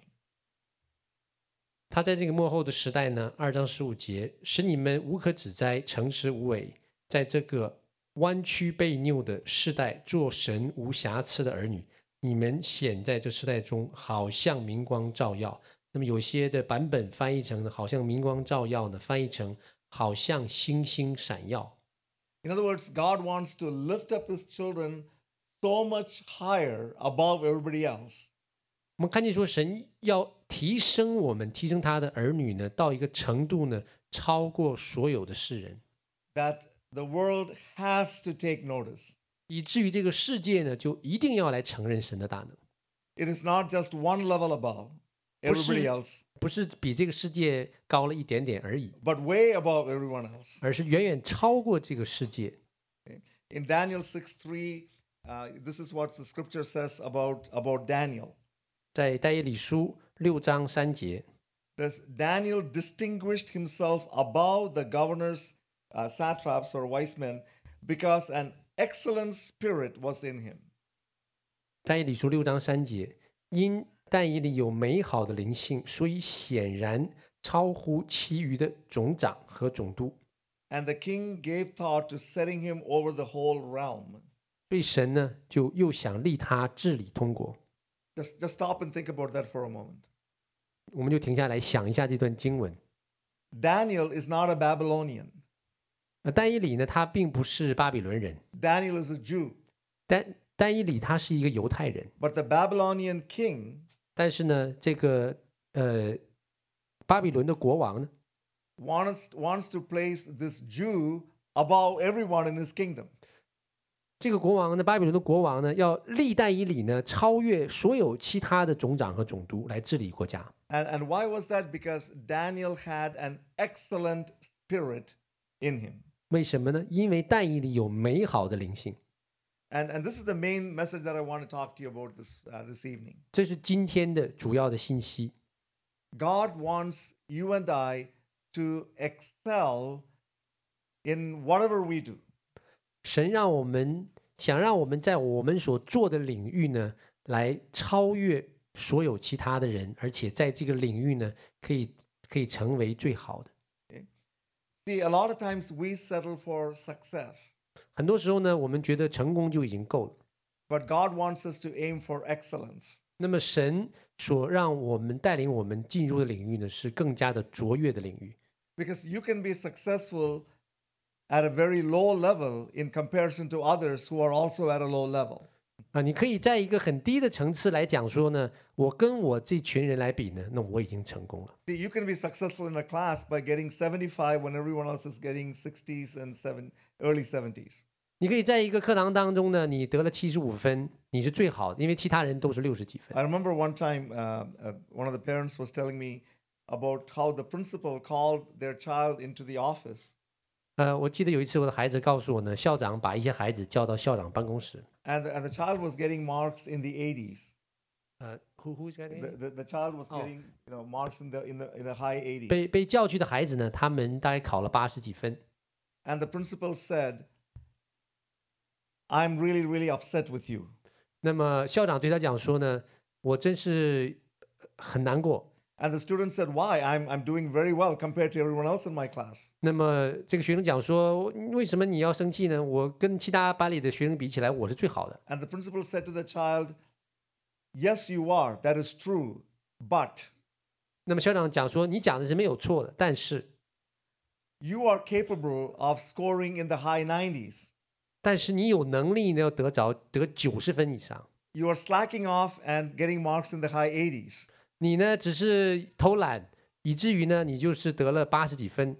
Speaker 2: 他在这个幕后的时代呢，二章十五节，使你们无可指摘，诚实无伪，在这个弯曲悖拗的世代，做神无瑕疵的儿女。你们显在这世代中，好像明光照耀。那么有些的版本翻译成“好像明光照耀”呢，翻译成“好像星星闪耀
Speaker 1: In other words, God wants to lift up His children so much higher above everybody else ”。
Speaker 2: 我们看见说，神要提升我们，提升他的儿女呢，到一个程度呢，超过所有的世人。
Speaker 1: that the world has to take notice.
Speaker 2: 以至于这个世界呢，就一定要来承认神的大能，
Speaker 1: It is not just one level above everybody
Speaker 2: Pushing-
Speaker 1: else,
Speaker 2: 不是比这个世界高了一点点而已，
Speaker 1: but way above everyone else.
Speaker 2: 而是远远超过这个世界。
Speaker 1: In Daniel 6 3, uh, this is what the scripture says about, about Daniel.
Speaker 2: 在但以理书六章三节，
Speaker 1: This, Daniel distinguished himself above the governors, uh, satraps, or wise men because an excellent spirit was in him.
Speaker 2: 但以理书六章三节，因但以理有美好的灵性，所以显然超乎其余的总长和总督。
Speaker 1: And the king gave thought to setting him over the whole realm.
Speaker 2: 所以神呢就又想立他治理通国。
Speaker 1: Just, just stop and think about that for a moment.
Speaker 2: 我们就停下来想一下这段经文。
Speaker 1: Daniel is not a Babylonian,
Speaker 2: 呃，丹伊里呢，他并不是巴比伦人，
Speaker 1: Daniel is a Jew.
Speaker 2: 丹丹伊里他是一个犹太人，
Speaker 1: But the Babylonian king
Speaker 2: 但是呢，这个呃，巴比伦的国王呢，
Speaker 1: wants, wants to place this Jew above everyone in his kingdom.
Speaker 2: 这个国王呢，巴比伦的国王呢，要历代以里呢，超越所有其他的总长和总督来治理国家。
Speaker 1: And, and why was that? Because Daniel had an excellent spirit in him.
Speaker 2: 为什么呢？因为但以里有美好的灵性，
Speaker 1: And, and this is the main message that I want to talk to you about this, uh, this evening.
Speaker 2: 这是今天的主要的信息。
Speaker 1: God wants you and I to excel in whatever we do.
Speaker 2: 神让我们想让我们在我们所做的领域呢，来超越所有其他的人，而且在这个领域呢，可以可以成为最好的。
Speaker 1: See, a lot of times we settle for success,
Speaker 2: 很多时候呢，我们觉得成功就已经够了。
Speaker 1: but God wants us to aim for excellence.
Speaker 2: 那么神所让我们带领我们进入的领域呢，是更加的卓越的领域。
Speaker 1: Because you can be successful at a very low level in comparison to others who are also at a low level.
Speaker 2: 啊，你可以在一个很低的层次来讲说呢，我跟我这群人来比呢，那我已经成功了。
Speaker 1: See, you can be successful in a class by getting 75 when everyone else is getting 60s and seven, early 70s.
Speaker 2: 你可以在一个课堂当中呢，你得了七十五分，你是最好的，因为其他人都是六十几分。
Speaker 1: I remember one time uh, uh, one of the parents was telling me about how the principal called their child into the office
Speaker 2: 呃，我记得有一次我的孩子告诉我呢，校长把一些孩子叫到校长办公室。
Speaker 1: and the, and the child was getting marks in the 80s.
Speaker 2: 呃，who who's got it？
Speaker 1: The, the, the child was
Speaker 2: Oh.
Speaker 1: getting you know marks in the in the in the high
Speaker 2: 被
Speaker 1: 80s.
Speaker 2: 被叫去的孩子呢，他们大概考了八十几分。
Speaker 1: And the principal said, "I'm really really upset with you.
Speaker 2: 那么校长对他讲说呢，我真是呃很难过。
Speaker 1: And the student said, Why? I'm, I'm doing very well compared to everyone else in my class.
Speaker 2: 那么这个学生讲说，为什么你要生气呢？我跟其他班里的学生比起来，我是最好的。
Speaker 1: And the principal said to the child, Yes, you are. That is true. But
Speaker 2: 那么校长讲说，你讲的是没有错的，但是
Speaker 1: you are capable of scoring in the high 90s.
Speaker 2: 但是你有能力呢，要得着得九十分以上。
Speaker 1: You are slacking off and getting marks in the high 80s.
Speaker 2: 你呢，只是偷懒，以至于呢，你就是得了八十几分。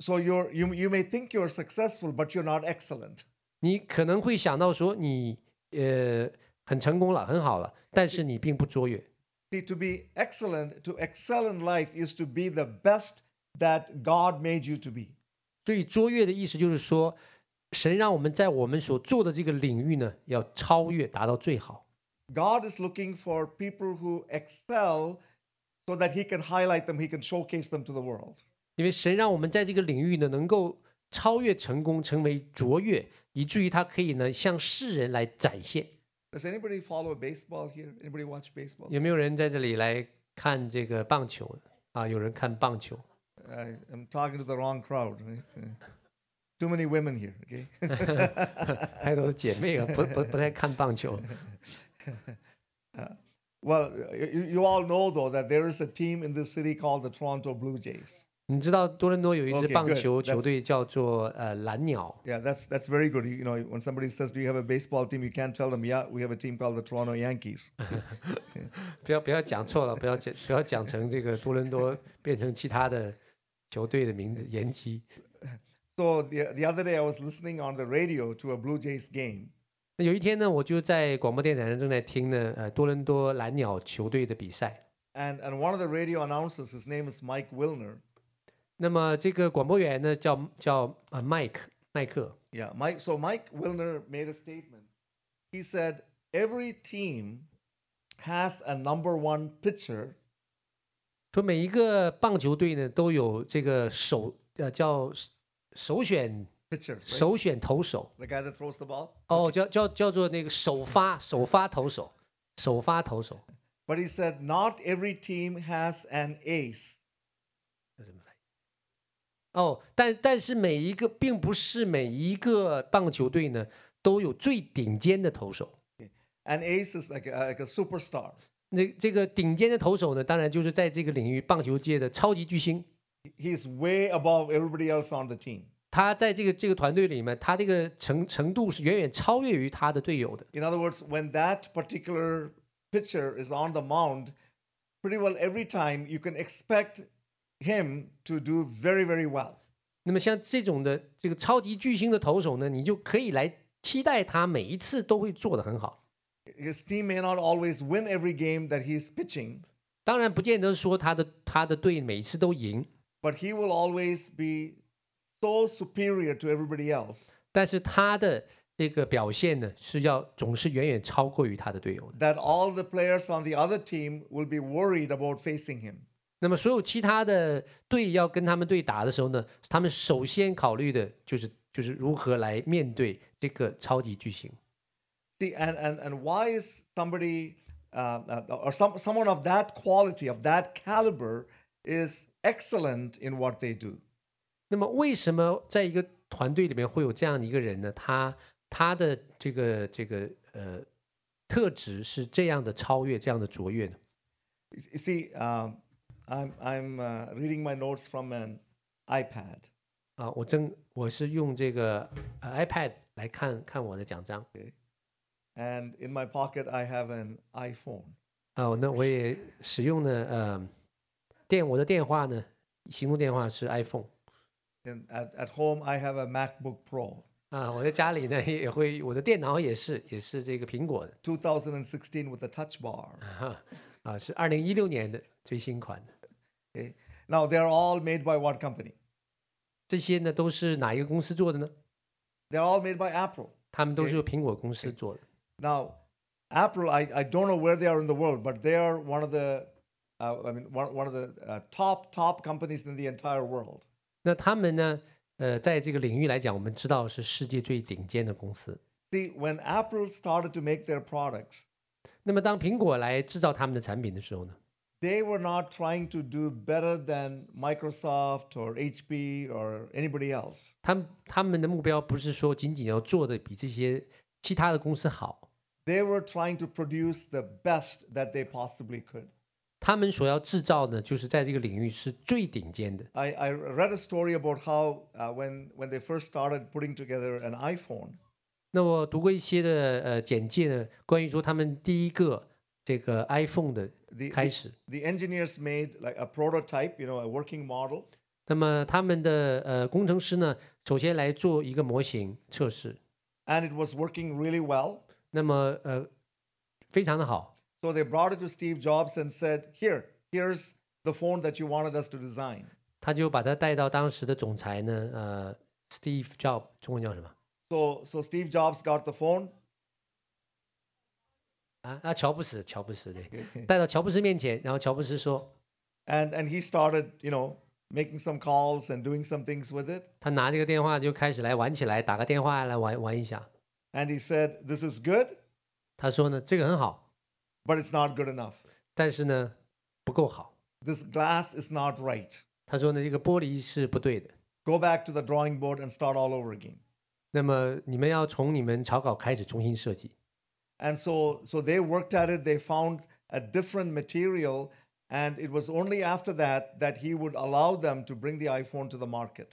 Speaker 1: So you're, you, you may think you're successful, but you're not excellent.
Speaker 2: 你可能会想到说你呃很成功了，很好了，但是你并不卓越。
Speaker 1: See, to be excellent, to excel in life is to be the best that God made you to be.
Speaker 2: 所以卓越的意思就是说，神让我们在我们所做的这个领域呢，要超越，达到最好。
Speaker 1: God is looking for people who excel so that He can highlight them, He can showcase them to the world.
Speaker 2: 因为神让我们在这个领域呢，能够超越成功，成为卓越，以至于他可以呢向世人来展现。
Speaker 1: Does anybody follow baseball here? Anybody watch baseball?
Speaker 2: 有没有人在这里来看这个棒球呢啊？有人看棒球，
Speaker 1: I, I'm talking to the wrong crowd. right? Too many women here, okay?
Speaker 2: 还有姐妹啊，不不不太看棒球。
Speaker 1: well, you, you all know, though, that there is a team in this city called the Toronto Blue Jays.
Speaker 2: 你知道多伦多有一支
Speaker 1: Okay,
Speaker 2: 棒球
Speaker 1: good. That's-
Speaker 2: 球队叫做呃蓝鸟，
Speaker 1: Yeah, that's, that's very good. You, you know, when somebody says, Do you have a baseball team? You can't tell them, Yeah, we have a team called the Toronto Yankees.
Speaker 2: 不要不要讲错了，不要讲不要讲成这个多伦多变成其他的球队的名字延期。
Speaker 1: so the, the other day, I was listening on the radio to a Blue Jays game.
Speaker 2: 那有一天呢，我就在广播电台上正在听呢，呃，多伦多蓝鸟球队的比赛。
Speaker 1: And, and one of the radio announcers, his name is Mike Wilner.
Speaker 2: 那么这个广播员呢叫叫呃麦克麦克，
Speaker 1: Yeah, Mike. So Mike Wilner made a statement. He said every team has a number one pitcher,
Speaker 2: 说每一个棒球队呢都有这个首呃叫首选
Speaker 1: pitcher, right?
Speaker 2: 首选投手，
Speaker 1: the guy that throws the ball.
Speaker 2: 哦，叫叫叫做那个首发首发投手，首发投手
Speaker 1: But he said not every team has an ace.
Speaker 2: 叫什么来？哦，但但是每一个并不是每一个棒球队呢都有最顶尖的投手。
Speaker 1: An ace is like a, like a superstar.
Speaker 2: 那这个顶尖的投手呢，当然就是在这个领域棒球界的超级巨星。
Speaker 1: He's way above everybody else on the team.
Speaker 2: 他在这个这个团队里面，他这个程程度是远远超越于他的队友的。
Speaker 1: In other words, when that particular pitcher is on the mound, pretty well every time you can expect him to do very, very well.
Speaker 2: 那么像这种的这个超级巨星的投手呢，你就可以来期待他每一次都会做得很好。
Speaker 1: His team may not always win every game that he's pitching,
Speaker 2: 当然，不见得说他的他的队每一次都赢，
Speaker 1: but he will always be so superior to everybody else
Speaker 2: 但是他的这个表现呢，是要总是远远超过于他的队友的。
Speaker 1: that all the players on the other team will be worried about facing him.
Speaker 2: 那么，所有其他的队要跟他们对打的时候呢，他们首先考虑的就是就是如何来面对这个超级巨星。
Speaker 1: See, and, and, and why is somebody uh, uh, or some, someone of that quality, of that caliber, is excellent in what they do?
Speaker 2: 那么，为什么在一个团队里面会有这样的一个人呢？他他的这个这个呃特质是这样的超越，这样的卓越呢？
Speaker 1: You see, um, I'm, I'm uh, reading my notes from an iPad.
Speaker 2: 啊，我正我是用这个、呃、iPad 来看看我的奖章。
Speaker 1: And in my pocket, I have an iPhone.
Speaker 2: 哦，那我也使用呢，呃，电我的电话呢，行动电话是 iPhone
Speaker 1: And at, at home, I have a MacBook Pro.
Speaker 2: 啊，我在家里呢也会，我的电脑也是也是这个苹果的
Speaker 1: 2016 with a touch bar.
Speaker 2: 哈啊，是二零一六年的最新款的。
Speaker 1: Okay? Now, they're all made by what company?
Speaker 2: 这些呢都是哪一个公司做的呢？
Speaker 1: They're all made by Apple.
Speaker 2: 他们都是由苹果公司做的。
Speaker 1: Now, Apple, I, I don't know where they are in the world, but they are one of the, uh, I mean, one, one of the uh, top, top companies in the entire world.
Speaker 2: 那他们呢，呃，在这个领域来讲，我们知道是世界最顶尖的公司。
Speaker 1: See, when Apple started to make their products,
Speaker 2: 那么当苹果来制造他们的产品的时候呢，
Speaker 1: they were not trying to do better than Microsoft or HP or anybody else.
Speaker 2: 他们他们的目标不是说仅仅要做的比这些其他的公司好，
Speaker 1: They were trying to produce the best that they possibly could.
Speaker 2: 他们所要制造的，就是在这个领域是最顶尖的。
Speaker 1: I, I read a story about how uh, when, when they first started putting together an iPhone,
Speaker 2: 那我读过一些的呃简介呢，关于说他们第一个这个 iPhone 的
Speaker 1: the,
Speaker 2: 开
Speaker 1: the,
Speaker 2: 始。
Speaker 1: the engineers made like a prototype, you know, a working model.
Speaker 2: 那么他们的呃工程师呢，首先来做一个模型测试，
Speaker 1: and it was working really well.
Speaker 2: 那么呃非常的好。
Speaker 1: So they brought it to Steve Jobs and said, "Here, here's the phone that you wanted us to design."
Speaker 2: 他就把他带到当时的总裁呢，呃，Steve Jobs，中文叫什么
Speaker 1: So so Steve Jobs got the phone.
Speaker 2: 啊？啊，乔布斯，乔布斯对，带到乔布斯面前，然后乔布斯说，
Speaker 1: and and he started you know making some calls and doing some things with it
Speaker 2: 他拿这个电话就开始来玩起来，打个电话来玩玩一下。
Speaker 1: and he said this is good
Speaker 2: 他说呢，这个很好，
Speaker 1: but it's not good enough
Speaker 2: 但是呢不够好。
Speaker 1: this glass is not right
Speaker 2: 他说呢，这个玻璃是不对的。
Speaker 1: go back to the drawing board and start all over again
Speaker 2: 那么你们要从你们草稿开始重新设计。
Speaker 1: and so so they worked at it they found a different material and it was only after that that he would allow them to bring the iphone to the market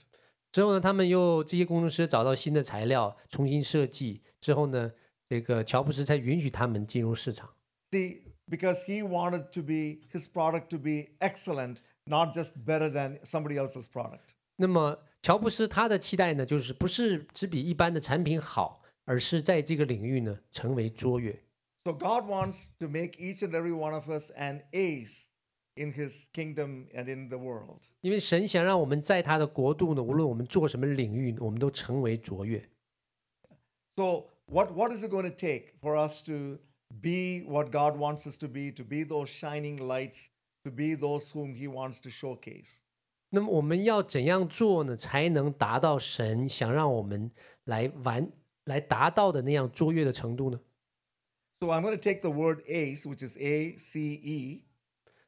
Speaker 2: 之后呢，他们又这些工程师找到新的材料，重新设计。之后呢，这个乔布斯才允许他们进入市场。
Speaker 1: see because he wanted to be his product to be excellent not just better than somebody else's product
Speaker 2: 那么乔布斯他的期待呢，就是不是只比一般的产品好，而是在这个领域呢成为卓越。
Speaker 1: So God wants to make each and every one of us an ace in his kingdom and in the world.
Speaker 2: 因为神想让我们在他的国度呢，无论我们做什么领域，我们都成为卓越。
Speaker 1: So what what is it going to take for us to be what God wants us to be, to be those shining lights, to be those whom he wants to showcase?
Speaker 2: 那么我们要怎样做呢，才能达到神想让我们来完来达到的那样卓越的程度呢？
Speaker 1: So I'm going to take the word ace, which is A C E,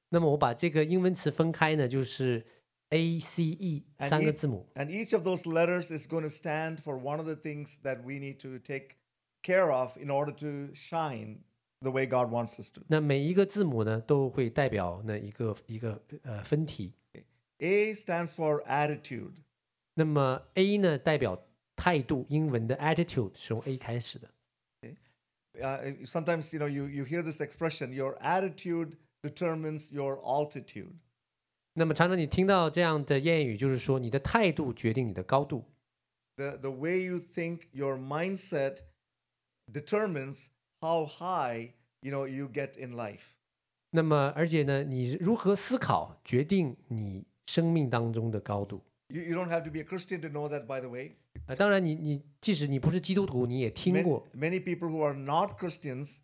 Speaker 2: 那么我把这个英文词分开呢，就是 A C E
Speaker 1: 哎
Speaker 2: 三
Speaker 1: 你
Speaker 2: 个字母。
Speaker 1: And each of those letters is going to stand for one of the things that we need to take care of in order to shine the way God wants us to.
Speaker 2: 那每一个字母呢，都会代表那一个一个呃分体。
Speaker 1: A stands for attitude.
Speaker 2: 那么 A 呢，代表态度，英文的 attitude 是从 A 开始的。
Speaker 1: Uh, sometimes you know you, you hear this expression, your attitude determines your altitude.
Speaker 2: 那么常常你听到这样的谚语，就是说你的态度决定你的高度，
Speaker 1: The the way you think, your mindset determines how high you know you get in life.
Speaker 2: 那么而且呢，你如何思考决定你生命当中的高度。
Speaker 1: You, you don't have to be a Christian to know that by the way.
Speaker 2: 呃，当然你你即使你不是基督徒，你也听
Speaker 1: Many-
Speaker 2: 过
Speaker 1: many people who are not Christians,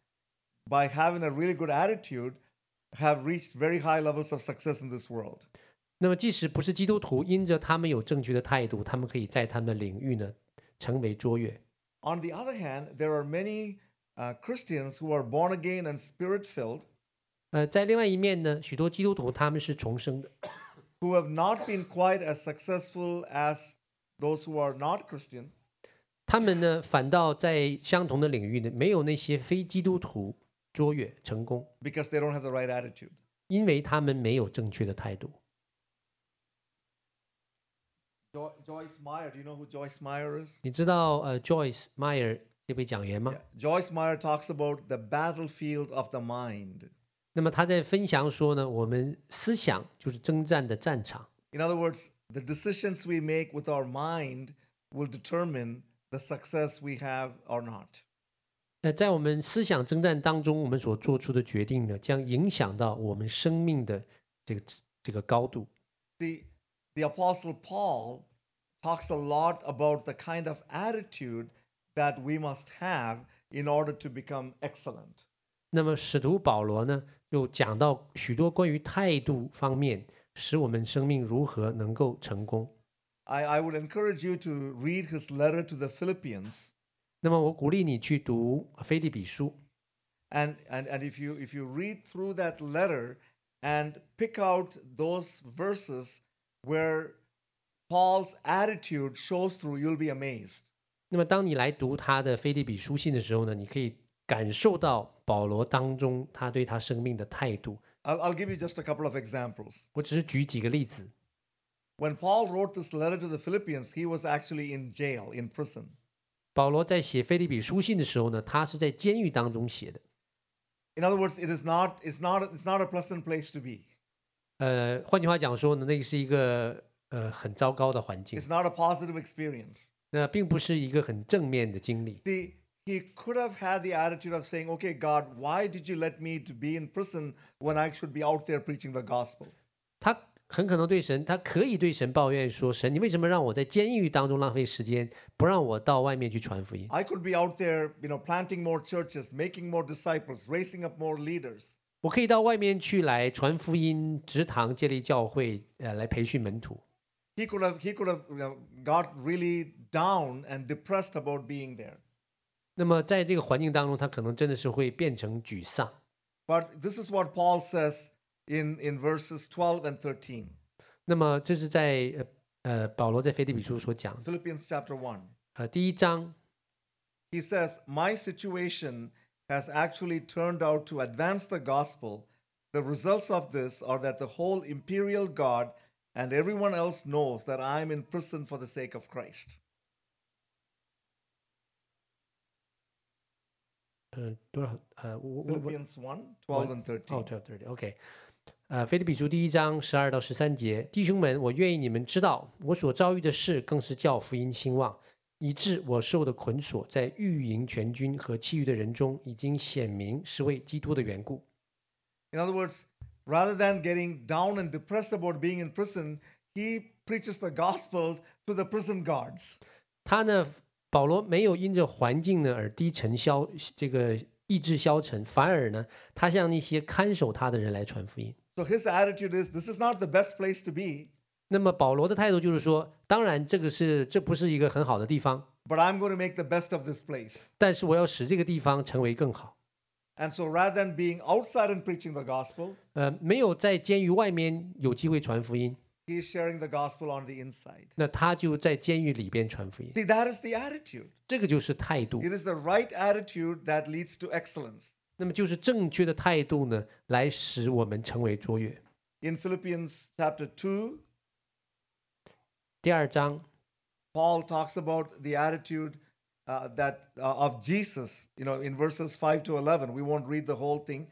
Speaker 1: by having a really good attitude, have reached very high levels of success in this world.
Speaker 2: 那么，即使不是基督徒，因着他们有正确的态度，他们可以在他们的领域呢成为卓越。
Speaker 1: On the other hand, there are many uh, Christians who are born again and spirit filled
Speaker 2: 呃，在另外一面呢，许多基督徒他们是重生的，
Speaker 1: who have not been quite as successful as those who are not Christian.
Speaker 2: 他们呢反倒在相同的领域呢没有那些非基督徒卓越成功，
Speaker 1: because they don't have the right attitude.
Speaker 2: 因为他们没有正确的态度。
Speaker 1: Jo- Joyce Meyer, do you know who Joyce Meyer is?
Speaker 2: 你知道呃，Joyce Meyer 这位讲员吗
Speaker 1: Joyce Meyer talks about the battlefield of the mind.
Speaker 2: 那么他在分享说呢，我们思想就是征战的战场。
Speaker 1: In other words, the decisions we make with our mind will determine the success we have or not.
Speaker 2: 那在我们思想征战当中，我们所做出的决定呢，将影响到我们生命的这个这个高度。
Speaker 1: The, the Apostle Paul talks a lot about the kind of attitude that we must have in order to become excellent.
Speaker 2: 那么使徒保罗呢，又讲到许多关于态度方面，使我们生命如何能够成功。
Speaker 1: I, I would encourage you to read his letter to the Philippians
Speaker 2: 那么我鼓励你去读《菲利比书》，
Speaker 1: and and and if you if you read through that letter and pick out those verses where paul's attitude shows through you'll be amazed
Speaker 2: 那么当你来读他的《菲利比书信》的时候呢，你可以感受到保罗当中他对他生命的态度。
Speaker 1: i'll, I'll give you just a couple of examples
Speaker 2: 我只是举几个例子。
Speaker 1: when paul wrote this letter to the philippians he was actually in jail in prison
Speaker 2: 保罗在写《菲利比书信》的时候呢，他是在监狱当中写的。
Speaker 1: in other words it is not it's not it's not a pleasant place to be
Speaker 2: 呃，换句话讲说呢，那个是一个呃很糟糕的环境
Speaker 1: it's，not a positive experience
Speaker 2: 那并不是一个很正面的经历。
Speaker 1: see he could have had the attitude of saying okay god why did you let me to be in prison when i should be out there preaching the gospel
Speaker 2: 他很可能对神，他可以对神抱怨说：“神，你为什么让我在监狱当中浪费时间，不让我到外面去传福音？
Speaker 1: I could be out there, you know, planting more churches, making more disciples, raising up more leaders.
Speaker 2: 我可以到外面去来传福音，植堂建立教会，呃，来培训门徒。
Speaker 1: He could have he could have you know, got really down and depressed about being there.
Speaker 2: 那么在这个环境当中，他可能真的是会变成沮丧。
Speaker 1: But this is what Paul says in in verses 12 and 13.
Speaker 2: 那么这是在呃呃保罗在腓立比书所讲的，
Speaker 1: Philippians chapter 1.
Speaker 2: 呃第一章
Speaker 1: He says, "My situation has actually turned out to advance the gospel. The results of this are that the whole imperial God and everyone else knows that I am in prison for the sake of Christ."
Speaker 2: 嗯，多少？呃，我我我
Speaker 1: Philippians 1, 12 and 13.
Speaker 2: 哦，对对对，OK。呃，《菲利比书》第一章十二到十三节，弟兄们，我愿意你们知道，我所遭遇的事，更是叫福音兴旺，以致我受的捆锁，在御营全军和其余的人中，已经显明是为基督的缘故。
Speaker 1: In other words, rather than getting down and depressed about being in prison, he preaches the gospel to the prison guards.
Speaker 2: 他呢，保罗没有因着环境呢而低沉消这个意志消沉，反而呢，他向那些看守他的人来传福音。
Speaker 1: So his attitude is this is not the best place to be,
Speaker 2: 那么保罗的态度就是说，当然这个是这不是一个很好的地方，
Speaker 1: but I'm going to make the best of this place.
Speaker 2: 但是我要使这个地方成为更好。
Speaker 1: And so rather than
Speaker 2: 呃
Speaker 1: being outside and preaching the gospel,
Speaker 2: 呃，没有在监狱外面有机会传福音，
Speaker 1: He is sharing the gospel on the inside.
Speaker 2: 那他就在监狱里边传福音。
Speaker 1: See, that is the attitude.
Speaker 2: 这个就是态度。
Speaker 1: It is the right attitude that leads to excellence.
Speaker 2: 那么就是正确的态度呢，来使我们成为卓越。
Speaker 1: In Philippians chapter 2,
Speaker 2: 第二章，
Speaker 1: Paul talks about the attitude uh, that uh, of Jesus, you know, in verses 5 to 11. We won't read the whole thing,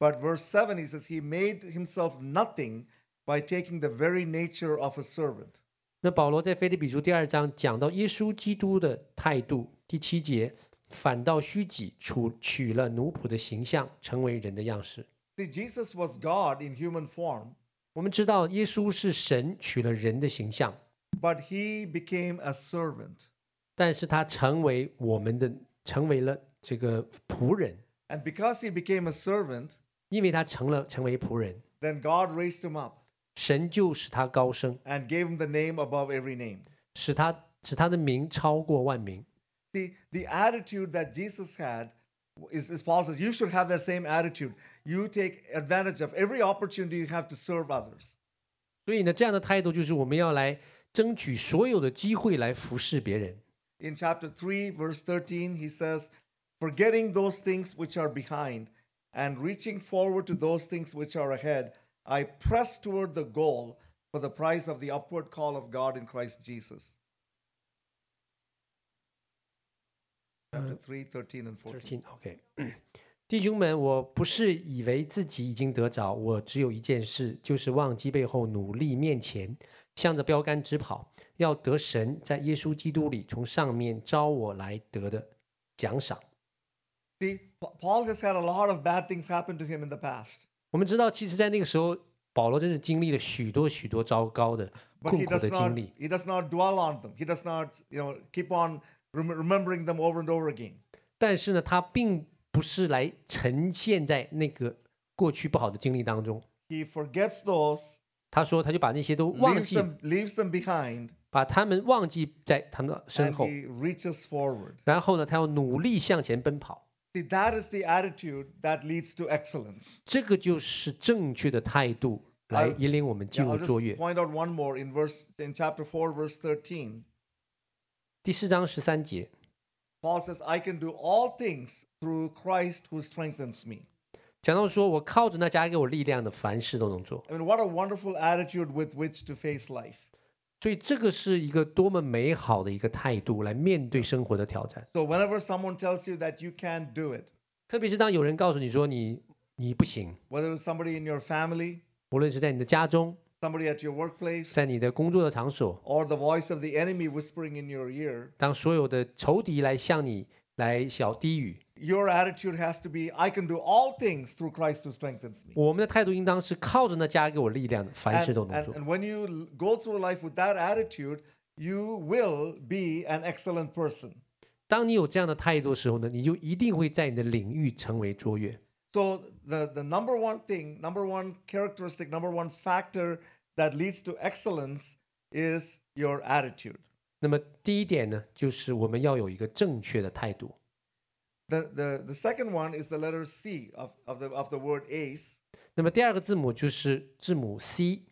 Speaker 1: but verse 7 he says he made himself nothing by taking the very nature of a servant.
Speaker 2: 那保罗在腓立比书第二章讲到耶稣基督的态度，第七节，反倒虚己，除取了奴仆的形象，成为人的样式。
Speaker 1: See, Jesus was God in human form,
Speaker 2: 我们知道耶稣是神取了人的形象，
Speaker 1: but he became a servant.
Speaker 2: 但是他成为我们的，成为了这个仆人，
Speaker 1: And because he became a servant,
Speaker 2: 因为他成了成为仆人，
Speaker 1: then God raised him up
Speaker 2: 神就使他高升，
Speaker 1: and gave him the name above every name.
Speaker 2: 使他使他的名超过万名。
Speaker 1: See, the attitude that Jesus had is, is Paul says, you should have that same attitude. You take advantage of every opportunity you have to serve others.
Speaker 2: 所以呢，这样的态度就是我们要来争取所有的机会来服侍别人。
Speaker 1: In chapter 3, verse 13, he says, Forgetting those things which are behind and reaching forward to those things which are ahead, I press toward the goal for the prize of the upward call of God in Christ Jesus. Chapter 3, 13 and 14.
Speaker 2: Thirteen, OK 。弟兄们，我不是以为自己已经得着，我只有一件事，就是忘记背后，努力面前，向着标杆直跑，要得神在耶稣基督里从上面招我来得的奖赏。
Speaker 1: See, Pa- Paul has had a lot of bad things happen to him in the past,
Speaker 2: 我们知道，其实，在那个时候，保罗真是经历了许多许多糟糕的
Speaker 1: but
Speaker 2: 困
Speaker 1: he
Speaker 2: 苦的
Speaker 1: does
Speaker 2: 经
Speaker 1: not
Speaker 2: 历，
Speaker 1: he does not dwell on them. He does not, you know, keep on rem- remembering them over and over again.
Speaker 2: 但是呢，他并不是来沉陷在那个过去不好的经历当中。
Speaker 1: He forgets those,
Speaker 2: 他说，他就把那些都忘
Speaker 1: leaves
Speaker 2: 记，
Speaker 1: them leaves them behind,
Speaker 2: 把他们忘记在他们的身
Speaker 1: and
Speaker 2: 后。
Speaker 1: he reaches forward.
Speaker 2: 然后呢，他要努力向前奔跑，
Speaker 1: See, that is the attitude that leads to excellence.
Speaker 2: 这个就是正确的态度，来引领我们
Speaker 1: Yeah,
Speaker 2: 进
Speaker 1: I'll
Speaker 2: 入
Speaker 1: just
Speaker 2: 卓越。
Speaker 1: point out one more in verse in chapter four, verse thirteen.
Speaker 2: 第四章十三节，
Speaker 1: Paul says, "I can do all things through Christ who strengthens me."
Speaker 2: 讲到说：“我靠着那加给我力量的，凡事都能做。
Speaker 1: I mean, what a wonderful attitude with which to face life. ”
Speaker 2: 所以这个是一个多么美好的一个态度，来面对生活的挑战。
Speaker 1: So whenever someone tells you that you can't do it,
Speaker 2: 特别是当有人告诉你说你你不行，
Speaker 1: whether it's somebody in your family,
Speaker 2: 无论是在你的家中，
Speaker 1: somebody at your workplace,
Speaker 2: 在你的工作的场所，
Speaker 1: or the voice of the enemy whispering in your ear,
Speaker 2: 当所有的仇敌来向你来小低语，
Speaker 1: your attitude has to be, I can do all things through Christ who strengthens me.
Speaker 2: 我们的态度应当是靠着那加给我力量的，凡
Speaker 1: And,
Speaker 2: 事都能
Speaker 1: and-
Speaker 2: 做。
Speaker 1: and when you l- go through life with that attitude, you will be an excellent person.
Speaker 2: 当你有这样的态度的时候呢，你就一定会在你的领域成为卓越。
Speaker 1: So the, the number one thing, number one characteristic, number one factor that leads to excellence is your attitude.
Speaker 2: 那么第一点呢，就是我们要有一个正确的态度。
Speaker 1: The, the, the second one is the letter C of, of, the, of the word ace.
Speaker 2: 那么第二个字母就是字母 C，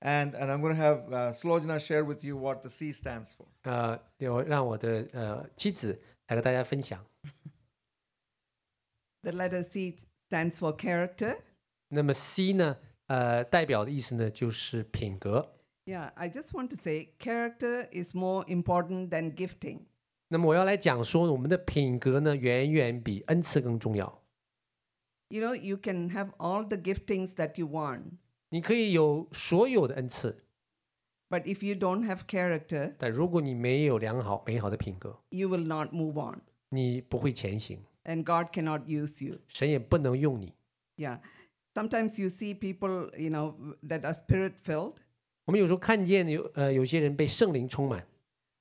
Speaker 1: And, and I'm going to have uh, Slojana share with you what the C stands for.
Speaker 2: 呃，有让我的呃妻子来和大家分享。
Speaker 3: The letter C stands for character.
Speaker 2: 那么 C 呢，呃，代表的意思呢就是品格。
Speaker 3: Yeah, I just want to say character is more important than gifting.
Speaker 2: 那么我要来讲说，我们的品格呢，远远比恩赐更重要。
Speaker 3: You know, you can have all the giftings that you want,
Speaker 2: 你可以有所有的恩赐，
Speaker 3: but if you don't have character,
Speaker 2: 但如果你没有良好美好的品格，
Speaker 3: you will not move on
Speaker 2: 你不会前行，
Speaker 3: and God cannot use you.
Speaker 2: 神也不能用你。
Speaker 3: Yeah. Sometimes you see people, you know, that are spirit filled,
Speaker 2: 我们有时候看见有呃有些人被圣灵充满，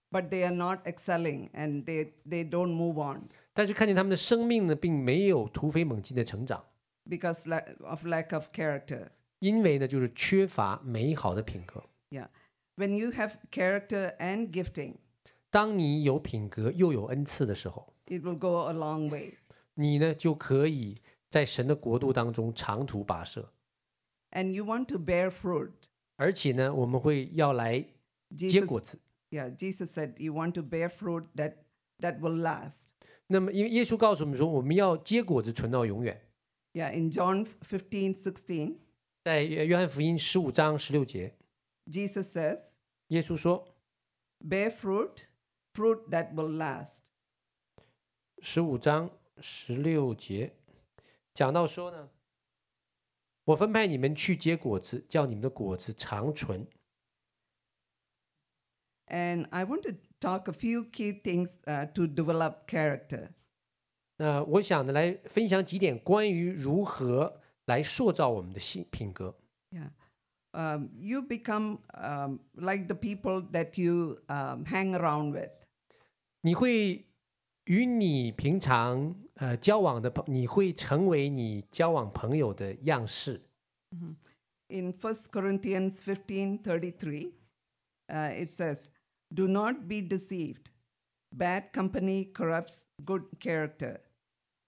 Speaker 3: but they are not excelling and they, they don't move on
Speaker 2: 但是看见他们的生命呢，并没有突飞猛进的成长，
Speaker 3: because la- of lack of character.
Speaker 2: 因为呢，就是缺乏美好的品格。
Speaker 3: Yeah. When you have character and gifting,
Speaker 2: 当你有品格又有恩赐的时候，
Speaker 3: it will go a long way.
Speaker 2: 你呢就可以在神的国度当中长途跋涉。
Speaker 3: And you want to bear fruit.
Speaker 2: 而且呢，我们会要来结果
Speaker 3: Jesus,
Speaker 2: 子。
Speaker 3: yeah, Jesus said, You want to bear fruit that, that will last.
Speaker 2: 那么，因为耶稣告诉我们说，我们要结果子存到永远。
Speaker 3: Yeah, in John 15, 16,
Speaker 2: 在约约翰福音十五章十六节，
Speaker 3: Jesus says,
Speaker 2: 耶稣说
Speaker 3: Bear fruit, fruit that will last.：“
Speaker 2: 十五章十六节讲到说呢，我分派你们去结果子，叫你们的果子长存。
Speaker 3: And I want to talk a few key things uh, to develop character. ”
Speaker 2: 那我想呢，来分享几点关于如何来塑造我们的性品格。
Speaker 3: Yeah. Um, you become um, like the people that you um, hang around with.
Speaker 2: 你会与你平常呃交往的朋，你会成为你交往朋友的样式。
Speaker 3: In 1 Corinthians 15 33, uh, it says, Do not be deceived. Bad company corrupts good character.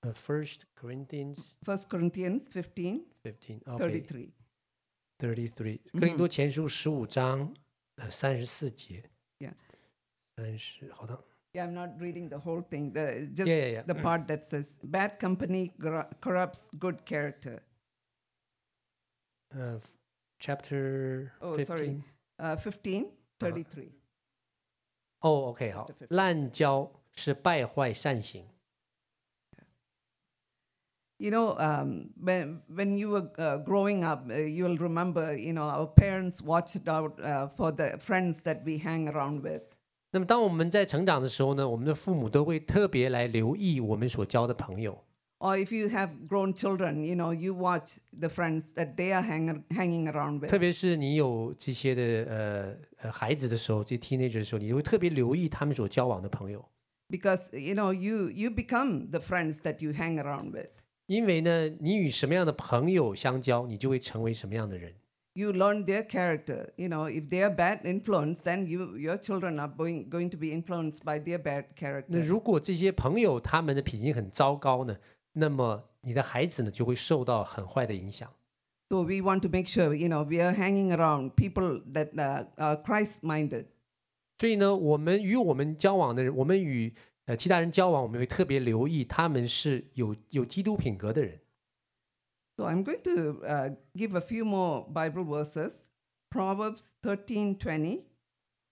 Speaker 2: 呃，First Corinthians
Speaker 3: 1 Corinthians 15
Speaker 2: fifteen OK
Speaker 3: thirty-three.
Speaker 2: thirty three，哥
Speaker 3: 嗯
Speaker 2: 林多前书十五章呃三十四节。
Speaker 3: Yeah.
Speaker 2: 三十，好的。
Speaker 3: Yeah, I'm not reading the whole thing. The, just
Speaker 2: Yeah, yeah, yeah.
Speaker 3: the part that says, Bad company corru- corrupts good character.
Speaker 2: 呃，Chapter
Speaker 3: Oh, sorry.
Speaker 2: fifteen。
Speaker 3: Uh, 15 33.
Speaker 2: 哦，OK，好
Speaker 3: Chapter。15
Speaker 2: 滥交是败坏善行。
Speaker 3: You know, um, when when you were uh, growing up, uh, you'll remember. You know, our parents watched out uh, for the friends that we hang around with.
Speaker 2: 那么，当我们在成长的时候呢，我们的父母都会特别来留意我们所交的朋友。
Speaker 3: Or if you have grown children, you know, you watch the friends that they are hang, hanging around
Speaker 2: 特
Speaker 3: with.
Speaker 2: 别是你有这些的呃呃孩子的时候，这 teenager 的时候，你会特别留意他们所交往的朋友，
Speaker 3: Because you know, you you become the friends that you hang around with.
Speaker 2: 因为呢，你与什么样的朋友相交，你就会成为什么样的人。
Speaker 3: You learn their character. You know, if they are bad influence, then you your children are going going to be influenced by their bad
Speaker 2: 那
Speaker 3: character.
Speaker 2: 如果这些朋友他们的品行很糟糕呢，那么你的孩子呢就会受到很坏的影响。
Speaker 3: So we want to make sure you know we are hanging around people that uh, are Christ-minded.
Speaker 2: 所以呢，我们与我们交往的人，我们与呃其他人交往，我们会特别留意他们是有有基督品格的人。
Speaker 3: So I'm going to uh, give a few more Bible verses. Proverbs 13:20,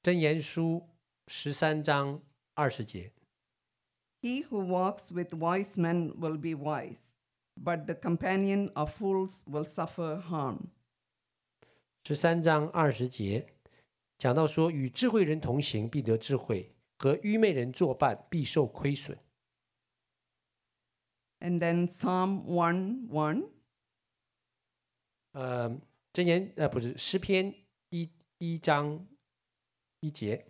Speaker 2: 箴言书十三章二十节。
Speaker 3: He who walks with wise men will be wise, but the companion of fools will suffer harm.
Speaker 2: 十三章二十节讲到说，与智慧人同行必得智慧，和愚昧人作伴必受亏损。
Speaker 3: And then Psalm 1 1,
Speaker 2: 呃，箴言呃不是诗篇一一章一节，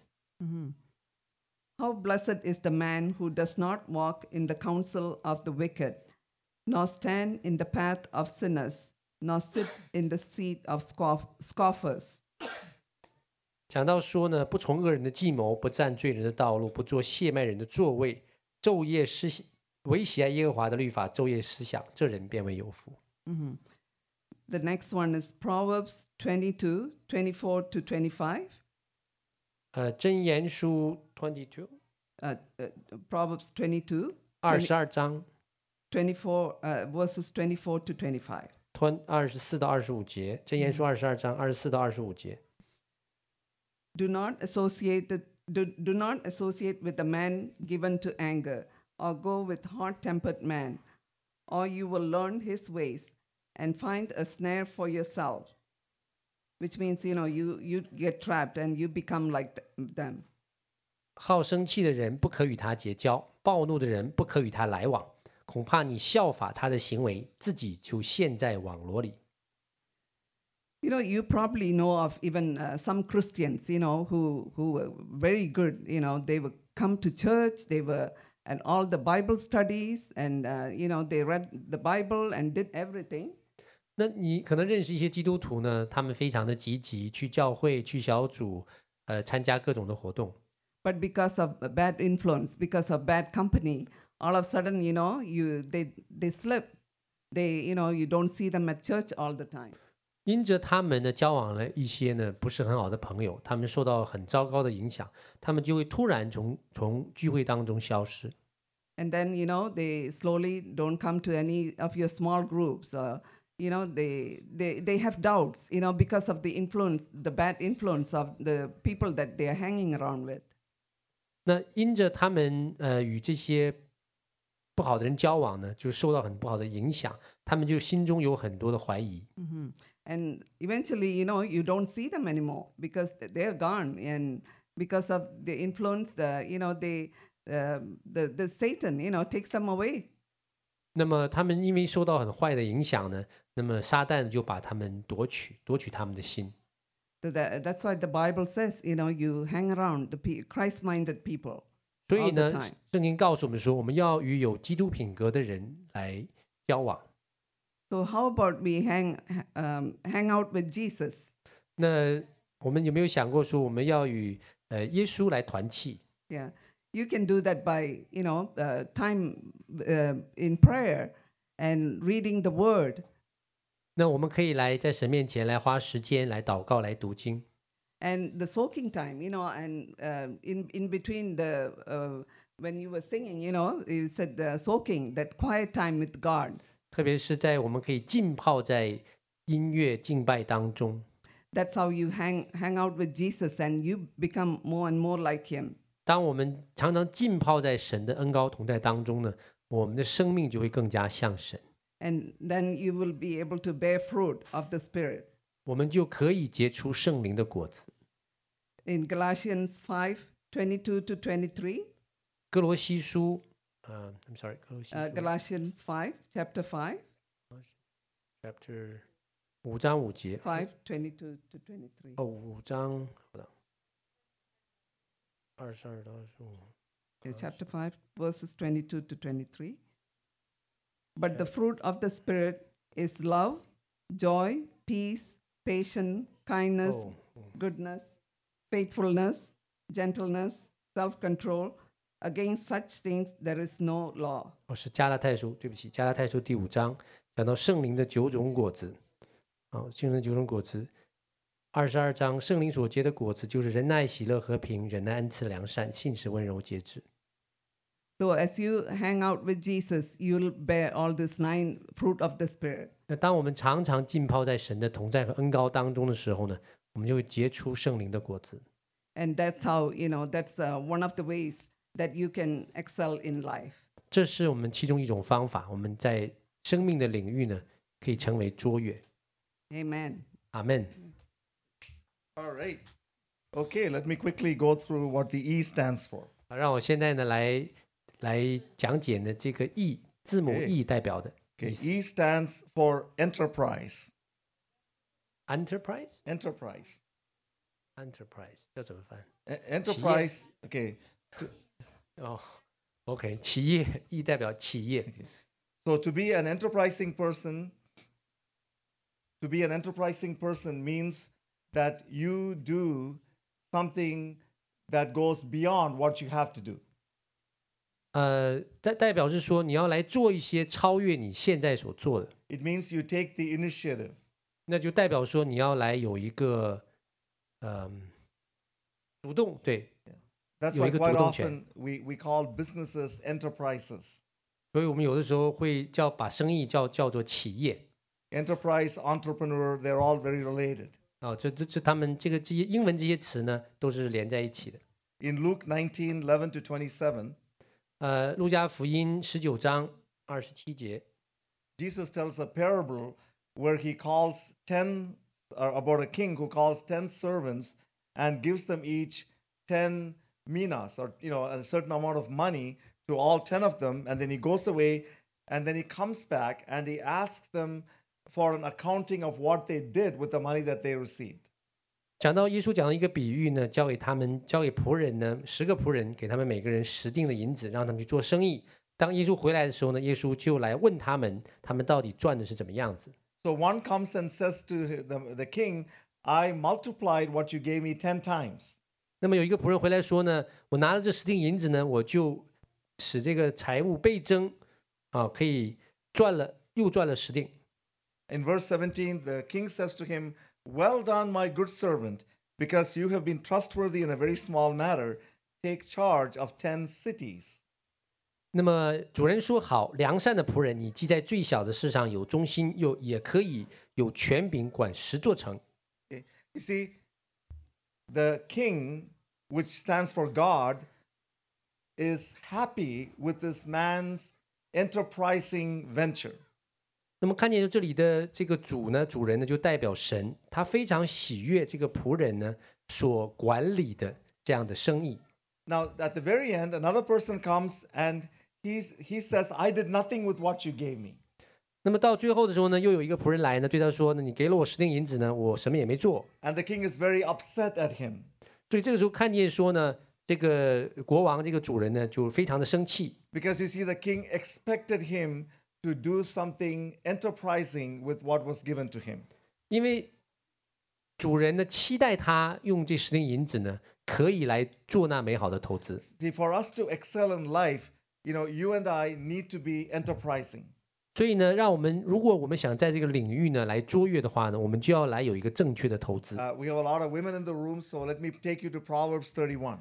Speaker 3: How blessed is the man who does not walk in the counsel of the wicked, nor stand in the path of sinners, nor sit in the seat of scoff- scoffers.
Speaker 2: 讲到说呢，不从恶人的计谋，不占罪人的道路，不做亵慢人的座位，昼夜思唯喜爱耶和华的律法，昼夜思想，这人便为有福。
Speaker 3: The next one is Proverbs 22 24 to 25.
Speaker 2: 呃，箴言书 twenty two
Speaker 3: uh, uh, Proverbs 22,
Speaker 2: 二十二章
Speaker 3: 24, uh, verses 24 to 25.
Speaker 2: 吞二十四到二十五节，箴言书二十二章二十四到二十五节。
Speaker 3: Do not associate the, do, do not associate with a man given to anger, or go with hot-tempered man, or you will learn his ways and find a snare for yourself. Which means you know you you get trapped and you become like th- them.
Speaker 2: 好生气的人不可与他结交，暴怒的人不可与他来往，恐怕你效法他的行为，自己就陷在网罗里。
Speaker 3: You know, you probably know of even uh, some Christians, you know, who, who were very good. You know, they would come to church, they were and all the Bible studies, and, uh, you know, they read the Bible and did everything.
Speaker 2: 那你可能认识一些基督徒呢，他们非常的积极，去教会、去小组，呃，参加各种的活动。
Speaker 3: But because of a bad influence, because of bad company, all of a sudden, you know, you, they, they slip. They, you know, you don't see them at church all the time.
Speaker 2: 因着他们呢交往了一些呢不是很好的朋友，他们受到很糟糕的影响，他们就会突然从从聚会当中消失。
Speaker 3: And then, you know, they slowly don't come to any of your small groups. Or, you know, they, they, they have doubts, you know, because of the influence, the bad influence of the people that they are hanging around with.
Speaker 2: 那因着他们呃与这些不好的人交往呢，就受到很不好的影响，他们就心中有很多的怀疑。
Speaker 3: And eventually, you know, you don't see them anymore because th- they're gone. And because of the influence, the, you know, they, uh, the, the Satan, you know, takes them away.
Speaker 2: 那么他们因为受到很坏的影响呢，那么撒旦就把他们夺取，夺取他们的心。
Speaker 3: Th- tha- that's why the Bible says, you know, you hang around the pe- Christ-minded people.
Speaker 2: 所以
Speaker 3: all the
Speaker 2: 呢
Speaker 3: time.，
Speaker 2: 圣经告诉我们说，我们要与有基督品格的人来交往。
Speaker 3: So how about we hang ha- um, hang out with Jesus?
Speaker 2: 那我们有没有想过说，我们要与呃耶稣来团契？
Speaker 3: Yeah, you can do that by you know uh, time uh, in prayer and reading the Word,
Speaker 2: 那我们可以来在神面前来花时间来祷告，来读经。
Speaker 3: and the soaking time, you know, and uh, in in between the uh, when you were singing, you know, you said the soaking, that quiet time with God.
Speaker 2: 特别是在我们可以浸泡在音乐敬拜当中，
Speaker 3: That's how you hang hang out with Jesus, and you become more and more like Him.
Speaker 2: 当我们常常浸泡在神的恩高同在当中呢，我们的生命就会更加像神，
Speaker 3: And then you will be able to bear fruit of the Spirit.
Speaker 2: 我们就可以结出圣灵的果子。
Speaker 3: In Galatians 5 22 to 23,
Speaker 2: 哥罗西书，呃、i m sorry，哥罗西书
Speaker 3: uh, Galatians 5, chapter 5,
Speaker 2: chapter 五章五节，
Speaker 3: 5 22 to 23.
Speaker 2: 哦，五章，二十二到二十五。
Speaker 3: Uh, chapter 5, verses 22 to 23. But the fruit of the Spirit is love, joy, peace, patience, kindness,
Speaker 2: Oh,
Speaker 3: goodness, faithfulness, gentleness, self control. Against such things, there is no law.
Speaker 2: 哦，是加拉太书，对不起，加拉太书第五章讲到圣灵的九种果子，哦，圣灵的九种果子，二十二章圣灵所结的果子就是仁爱、喜乐、和平、忍耐、恩慈、良善、信实、温柔、节制。
Speaker 3: So, as you hang out with Jesus, you'll bear all these nine fruit of the Spirit.
Speaker 2: 那当我们常常浸泡在神的同在和恩高当中的时候呢，我们就会结出圣灵的果子。
Speaker 3: and that's how you know that's uh, one of the ways that you can excel in life
Speaker 2: 这是我们其中一种方法，我们在生命的领域呢，可以成为卓越。
Speaker 3: amen
Speaker 2: 阿门。
Speaker 1: All right. Okay, let me quickly go through what the E stands for.
Speaker 2: 好，让我现在呢来来讲解呢这个 E 字母
Speaker 1: Okay
Speaker 2: E 代表的
Speaker 1: Okay, E stands for enterprise.
Speaker 2: enterprise
Speaker 1: Enterprise.
Speaker 2: enterprise 要怎么翻？
Speaker 1: E- enterprise. Okay.
Speaker 2: 哦、o k 企业 E 代表企业，
Speaker 1: So to be an enterprising person, to be an enterprising person means that you do something that goes beyond what you have to do.
Speaker 2: 呃，代代表是说你要来做一些超越你现在所做的，
Speaker 1: It means you take the initiative.
Speaker 2: 那就代表说你要来有一个，嗯、主动对，
Speaker 1: That's
Speaker 2: You
Speaker 1: why
Speaker 2: make a
Speaker 1: quite
Speaker 2: 主动权。
Speaker 1: often we, we call businesses enterprises.
Speaker 2: 所以我们有的时候会叫把生意叫叫做企业
Speaker 1: Enterprise, entrepreneur, they're all very related.
Speaker 2: 啊、这这这他们这个这些英文这些词呢都是连在一起的。
Speaker 1: In Luke 19, 11 to 27,
Speaker 2: 呃，路加福音十九章二十七节，
Speaker 1: Jesus tells a parable where he calls 10 uh, about a king who calls 10 servants and gives them each 10 minas or you know a certain amount of money to all 10 of them and then he goes away and then he comes back and he asks them for an accounting of what they did with the money that they received.
Speaker 2: 讲到耶稣讲到一个比喻呢，交给他们，交给仆人呢，十个仆人给他们每个人十锭的银子，让他们去做生意。当耶稣回来的时候呢，耶稣就来问他们，他们到底赚的是怎么样子。
Speaker 1: So one comes and says to the, the king, I multiplied what you gave me 10 times.
Speaker 2: 那么有一个仆人回来说呢，我拿了这十锭银子呢，我就使这个财物倍增，啊，可以赚了又赚了十锭。
Speaker 1: In verse 17, the king says to him, Well done, my good servant, because you have been trustworthy in a very small matter. Take charge of 10 cities.
Speaker 2: 那么主人说：“好，良善的仆人，你既在最小的事上有忠心，又也可以有权柄管十座城。
Speaker 1: Okay. You see, the king, which stands for God, is happy with this man's enterprising venture. ”
Speaker 2: 那么看见这里的这个主呢，主人呢就代表神，他非常喜悦这个仆人呢所管理的这样的生意。
Speaker 1: Now, at the very end, another person comes and he's, he says, I did nothing with what you gave me.
Speaker 2: 那么到最后的时候呢，又有一个仆人来呢，对他说呢：“你给了我十锭银子呢，我什么也没做。
Speaker 1: And the king is very upset at him. ”
Speaker 2: 所以这个时候看见说呢，这个国王这个主人呢就非常的生气，
Speaker 1: Because you see, the king expected him to do something enterprising with what was given to him.
Speaker 2: 因为主人呢期待他用这十锭银子呢，可以来做那美好的投资。
Speaker 1: See, for us to excel in life, you know, you and I need to be enterprising.
Speaker 2: 所以呢，让我们如果我们想在这个领域呢来卓越的话呢，我们就要来有一个正确的投资，
Speaker 1: Uh, we have a lot of women in the room, so let me take you to Proverbs 31.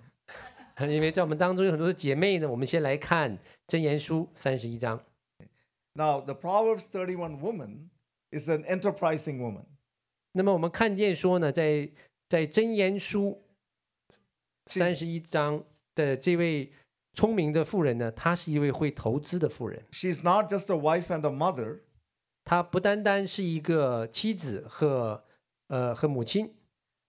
Speaker 2: 因为在我们当中有很多的姐妹呢，我们先来看箴言书三十一章。
Speaker 1: Now, the Proverbs 31 woman is an enterprising woman.
Speaker 2: 那么我们看见说呢，在在箴言书三十一章的这位聪明的妇人呢，她是一位会投资的妇人。
Speaker 1: She's not just a wife and a mother,
Speaker 2: 她不单单是一个妻子和呃和母亲，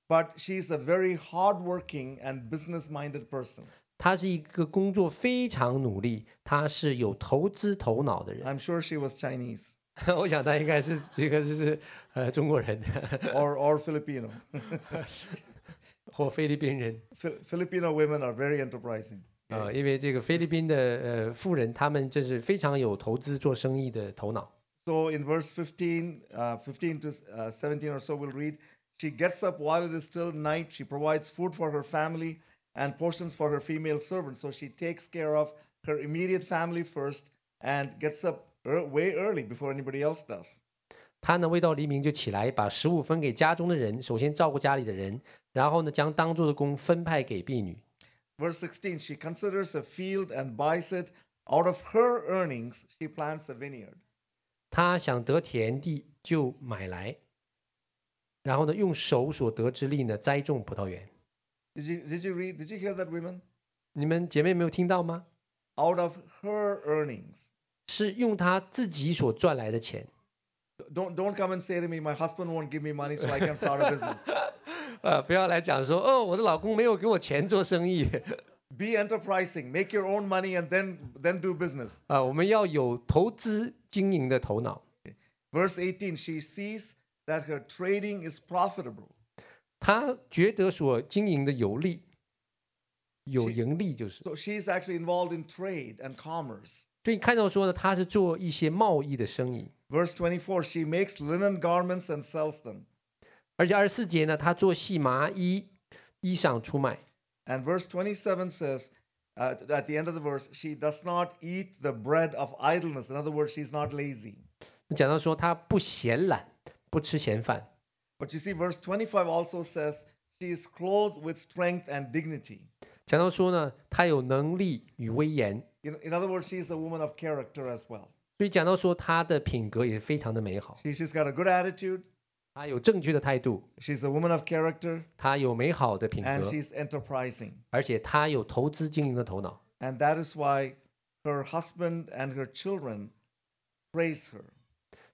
Speaker 1: but she's a very hardworking and business minded person.
Speaker 2: 她是一个工作非常努力，她是有投资头脑的人。
Speaker 1: I'm sure she was Chinese
Speaker 2: 我想她应该是这个就是呃中国人
Speaker 1: or, or Filipino.
Speaker 2: 或菲律宾人。
Speaker 1: Fil- Filipino women are very enterprising.
Speaker 2: 呃，因为这个菲律宾的呃富人，他们这是非常有投资做生意的头脑。
Speaker 1: So in verse 15, uh, 15 to uh, 17 or so, we'll read She gets up while it is still night. She provides food for her family and portions for her female servants. So she takes care of her immediate family first and gets up er- way early before anybody else does.
Speaker 2: 他呢，未到黎明就起来，把食物分给家中的人，首先照顾家里的人，然后呢，将当做的工分派给婢女。
Speaker 1: Verse 16 She considers a field and buys it. Out of her earnings, she plants a vineyard.
Speaker 2: 他想得田地，就买来，然后呢，用手所得之力呢，栽种葡萄园。
Speaker 1: Did you, did you read? Did you hear that, women?
Speaker 2: 你们姐妹没有听到吗？
Speaker 1: Out of her earnings.
Speaker 2: 是用他自己所赚来的钱。
Speaker 1: Don't don't come and say to me, my husband won't give me money, so I can start a business.
Speaker 2: 呃，不要来讲说哦，我的老公没有给我钱做生意。
Speaker 1: Be enterprising, make your own money, and then then do business.
Speaker 2: 啊、我们要有投资经营的头脑。
Speaker 1: Verse 18, she sees that her trading is profitable.
Speaker 2: 他觉得所经营的有利，有盈利就是。
Speaker 1: So she's actually involved in trade and commerce.
Speaker 2: 所以看到说呢，他是做一些贸易的生意，
Speaker 1: Verse 24, she makes linen garments and sells them.
Speaker 2: 而且二十四节呢，他做细麻衣衣裳出卖。
Speaker 1: And verse 27 says, uh, at the end of the verse, she does not eat the bread of idleness. In other words, she's not lazy.
Speaker 2: 讲到说他不闲懒，不吃闲饭。
Speaker 1: But you see, verse 25 also says, she is clothed with strength and dignity.
Speaker 2: 讲到说呢，他有能力与威严，
Speaker 1: In, in other words, she's a woman of character as well.
Speaker 2: 所以讲到说他的品格也是非常的美好。
Speaker 1: She, she's got a good attitude.
Speaker 2: 他有正确的态度，
Speaker 1: She's a woman of character
Speaker 2: 他有美好的品
Speaker 1: and
Speaker 2: 格，
Speaker 1: she's enterprising.
Speaker 2: 而且他有投资经营的头脑。
Speaker 1: And that is why her husband and her children praise her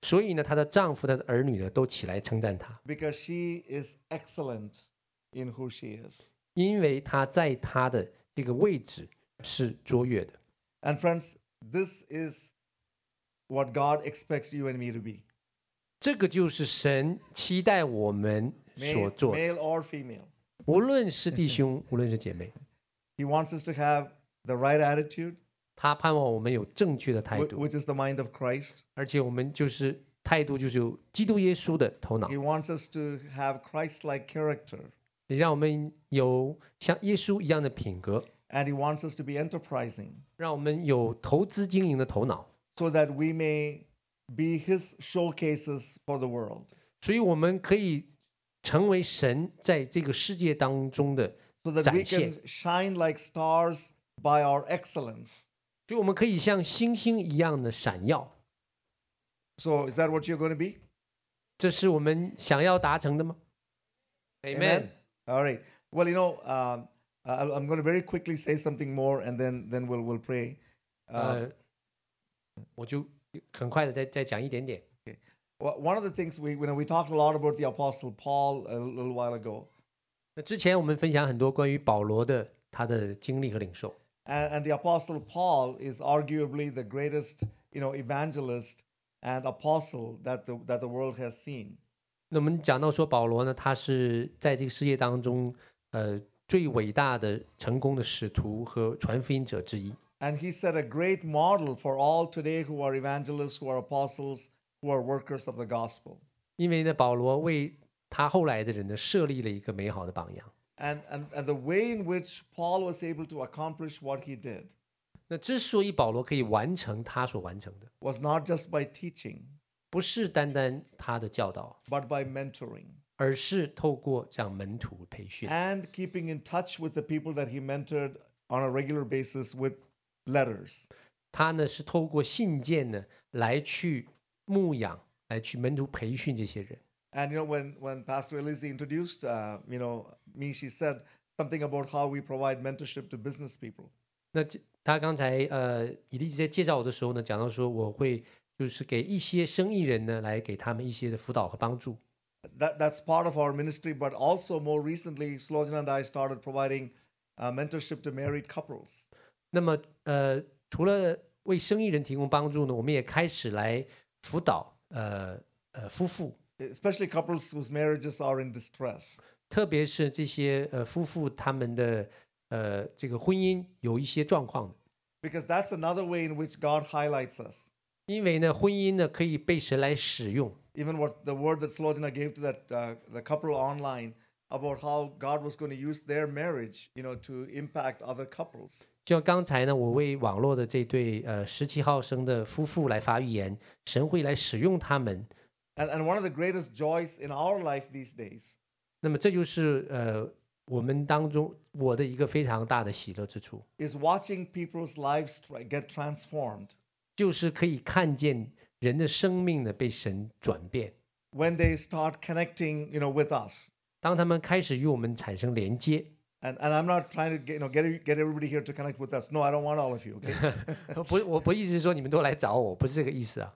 Speaker 2: 所以呢，她的丈夫、她的儿女呢，都起来称赞她，
Speaker 1: because she is excellent in who she is.
Speaker 2: 因为她在她的这个位置是卓越的。
Speaker 1: And friends, this is what God expects you and me to be
Speaker 2: 这个就是神期待我们所
Speaker 1: male,
Speaker 2: 做的，
Speaker 1: male or female.
Speaker 2: 无论是弟兄，无论是姐妹，
Speaker 1: He wants us to have the right attitude,
Speaker 2: 他盼望我们有正确的态
Speaker 1: wh-
Speaker 2: 度，
Speaker 1: which is the mind of Christ.
Speaker 2: 而且我们就是态度就是有基督耶稣的头脑
Speaker 1: He，wants us to have Christ like character
Speaker 2: 也让我们有像耶稣一样的品格，
Speaker 1: and He wants us to be enterprising.
Speaker 2: 让我们有投资经营的头脑，
Speaker 1: so that we may be his showcases for the world.
Speaker 2: 所以我们可以成为神在这个世界当中的，
Speaker 1: So that we
Speaker 2: 展现。
Speaker 1: can shine like stars by our excellence.
Speaker 2: 所以我们可以像星星一样的闪耀。
Speaker 1: So is that what you're going to be?
Speaker 2: 这是我们想要达成的吗？Amen。
Speaker 1: All right. Well, you know, um, I- I'm going to very quickly say something more, and then then we'll we'll pray.
Speaker 2: 呃，我就很快的再再讲一点点。
Speaker 1: Wha- One of the things we you know we talked a lot about the Apostle Paul a little while ago,
Speaker 2: 那之前我们分享很多关于保罗的他的经历和领受。
Speaker 1: and, and the Apostle Paul is arguably the greatest you know evangelist and apostle that the that the world has seen.
Speaker 2: 那我们讲到说保罗呢，他是在这个世界当中，呃，最伟大的成功的使徒和传福音者之一。
Speaker 1: And he set a great model for all today who are evangelists, who are apostles, who are workers of the gospel.
Speaker 2: 因为呢，保罗为他后来的人呢设立了一个美好的榜样。
Speaker 1: And, and, and the way in which Paul was able to accomplish what he did
Speaker 2: 那之所以保罗可以完成他所完成的，
Speaker 1: was not just by teaching,
Speaker 2: 不是单单他的教导，
Speaker 1: but by mentoring
Speaker 2: 而是透过这样门徒培训，
Speaker 1: and keeping in touch with the people that he mentored on a regular basis with letters.
Speaker 2: 他呢是透过信件呢来去牧养，来去门徒培训这些人。
Speaker 1: And you know, when, when Pastor Elise introduced uh, you know me, she said something about how we provide mentorship to business people.
Speaker 2: 那这他刚才呃，以利在介绍我的时候呢，讲到说我会就是给一些生意人呢，来给他们一些的辅导和帮助。
Speaker 1: That, that's part of our ministry, but also more recently, Slojan and I started providing uh, mentorship to married couples.
Speaker 2: 那么呃，除了为生意人提供帮助呢，我们也开始来辅导呃呃夫妇，
Speaker 1: especially couples whose marriages are in distress.
Speaker 2: 特别是这些呃夫妇他们的呃这个婚姻有一些状况的，
Speaker 1: Because that's another way in which God highlights us.
Speaker 2: 因为呢婚姻呢可以被神来使用。
Speaker 1: Even what the word that Slojana gave to that uh, the couple online about how God was going to use their marriage, you know, to impact other couples.
Speaker 2: 就像刚才呢，我为网络的这对呃十七号生的夫妇来发预言，神会来使用他们。
Speaker 1: And, and one of the greatest joys in our life these days
Speaker 2: 那么这就是呃我们当中我的一个非常大的喜乐之处，
Speaker 1: is watching people's lives tr- get transformed
Speaker 2: 就是可以看见人的生命呢被神转变。
Speaker 1: when they start connecting, you know, with us.
Speaker 2: 当他们开始与我们产生连接，
Speaker 1: And, and I'm not trying to get, you know, get, get everybody here to connect with us. No, I don't want all of you, okay?
Speaker 2: 呃不是，我不意思是说你们都来找我，不是这个意思啊。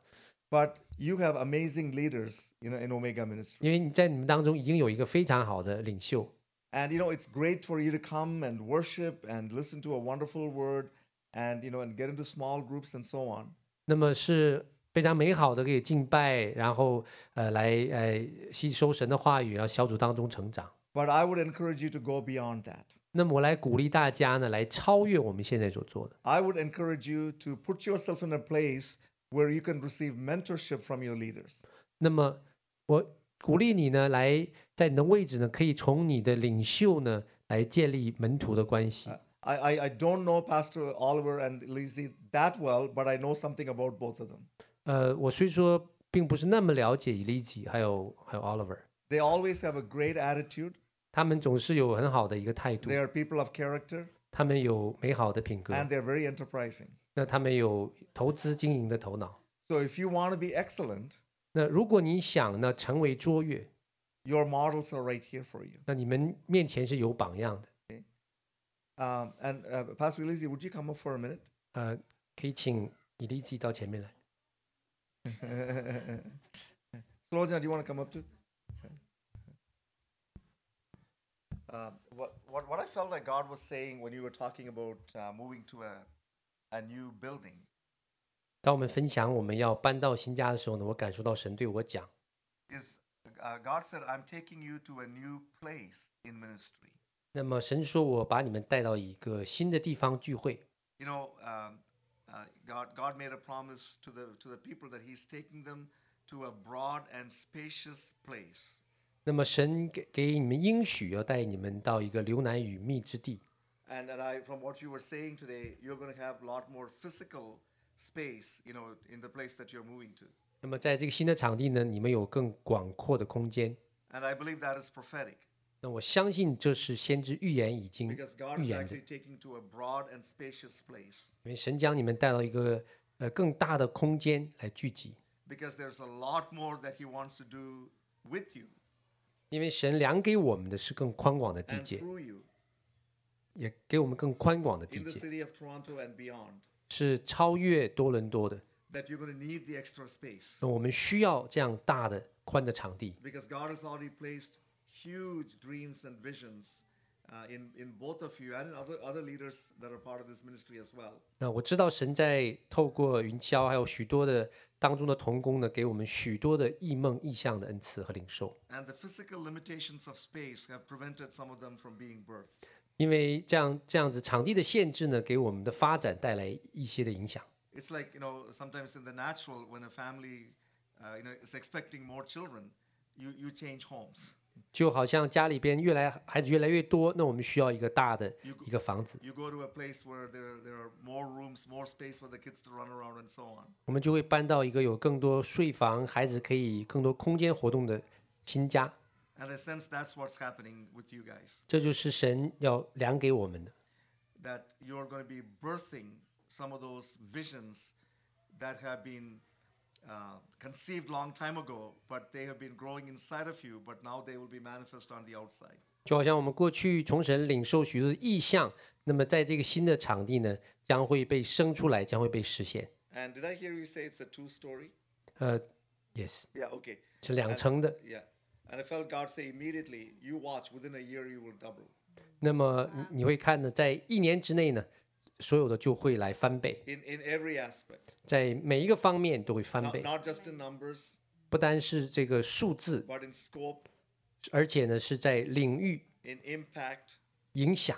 Speaker 1: but you have amazing leaders, you know, in Omega Ministry.
Speaker 2: 因为你在你们当中已经有一个非常好的领袖，
Speaker 1: And you know, it's great for you to come and worship and listen to a wonderful word and you know and get into small groups and so on.
Speaker 2: 那么是非常美好的，可以敬拜，然后呃来呃吸收神的话语，然后小组当中成长。
Speaker 1: But I would encourage you to go beyond that.
Speaker 2: 那么我来鼓励大家呢，来超越我们现在所做的。
Speaker 1: I would encourage you to put yourself in a place where you can receive mentorship from your leaders.
Speaker 2: 那么我鼓励你呢，来在你的位置呢，可以从你的领袖呢来建立门徒的关系。
Speaker 1: I, I, I don't know Pastor Oliver and Lizzie that well, but I know something about both of them.
Speaker 2: 呃，我虽说并不是那么了解 e l i z i 还有还有 Oliver，
Speaker 1: They always have a great attitude.
Speaker 2: 他们总是有很好的一个态度
Speaker 1: They，are people of character
Speaker 2: 他们有美好的品格，
Speaker 1: and they're very enterprising.
Speaker 2: 那他们有投资经营的头脑。
Speaker 1: So if you want to be excellent,
Speaker 2: 那如果你想呢成为卓越，
Speaker 1: your models are right here for you.
Speaker 2: 那你们面前是有榜样的。
Speaker 1: Um, and uh, Pastor Lizzie, would you come up for a minute?
Speaker 2: 呃，可以请 e l i z i 到前面来。
Speaker 1: Slojan, do you want to come up too? Uh, what, what, what I felt like God was saying when you were talking about uh, moving to a, a new building
Speaker 2: 当我们分享我们要搬到新家的时候呢，我感受到神对我讲，
Speaker 1: is uh, God said, I'm taking you to a new place in ministry.
Speaker 2: 那么神说我把你们带到一个新的地方聚会。
Speaker 1: You know, um, uh, God, God made a promise to the, to the people that He's taking them to a broad and spacious place.
Speaker 2: 那么神给给你们应许要带你们到一个流奶与蜜之地。
Speaker 1: And that I, from what you were saying today, you're going to have a lot more physical space, you know, in the place that you're moving to.
Speaker 2: 那么在这个新的场地呢，你们有更广阔的空间。
Speaker 1: And I believe that is prophetic
Speaker 2: 那我相信这是先知预言已经
Speaker 1: because God
Speaker 2: 预
Speaker 1: is
Speaker 2: 言的，
Speaker 1: actually taking to a broad and spacious place.
Speaker 2: 因为神将你们带到一个呃更大的空间来聚集，
Speaker 1: because there's a lot more that he wants to do with you
Speaker 2: 因为神量给我们的是更宽广的地
Speaker 1: and
Speaker 2: 界，
Speaker 1: through you
Speaker 2: 也给我们更宽广的地
Speaker 1: in the
Speaker 2: 界，
Speaker 1: city of Toronto and beyond.
Speaker 2: 是超越多伦多的。
Speaker 1: That you're going to need the extra space
Speaker 2: 那我们需要这样大的宽的场地，
Speaker 1: because God has already placed huge dreams and visions uh, in, in both of you and in other, other leaders that are part of this ministry as well.
Speaker 2: 那我知道神在透过云霄，还有许多的当中的童工呢，给我们许多的异梦异象的恩赐和领受。
Speaker 1: And the physical limitations of space have prevented some of them from being birthed.
Speaker 2: 因为这样这样子场地的限制呢，给我们的发展带来一些的影响。
Speaker 1: It's like, you know, sometimes in the natural, when a family uh, you know, is expecting more children, you, you change homes.
Speaker 2: 就好像家里边越来孩子越来越多，那我们需要一个大的一个房子，
Speaker 1: you go to a place where there, there are more rooms, more space for the kids to run around and so on.
Speaker 2: 我们就会搬到一个有更多睡房，孩子可以更多空间活动的新家。
Speaker 1: And I sense that's what's happening with you guys.
Speaker 2: 这就是神要量给我们的。
Speaker 1: That you're going to be birthing some of those visions that have been uh, conceived long time ago, but they have been growing inside of you, but now they will be manifest on the outside.
Speaker 2: 就好像我们过去从神领受许多的意象，那么在这个新的场地呢，将会被生出来，将会被实现。
Speaker 1: And did I hear you say it's a two story?
Speaker 2: 呃，yes，
Speaker 1: Yeah, okay.
Speaker 2: 是两层的。
Speaker 1: Yeah. And I felt God say immediately, you watch, within a year you will double.
Speaker 2: 那么你你会看呢，在一年之内呢，所有的就会来翻倍，
Speaker 1: In, in every aspect,
Speaker 2: 在每一个方面都会翻
Speaker 1: not,
Speaker 2: 倍，
Speaker 1: not just in numbers,
Speaker 2: 不单是这个数字，
Speaker 1: but in scope,
Speaker 2: 而且呢是在领域
Speaker 1: in impact,
Speaker 2: 影响，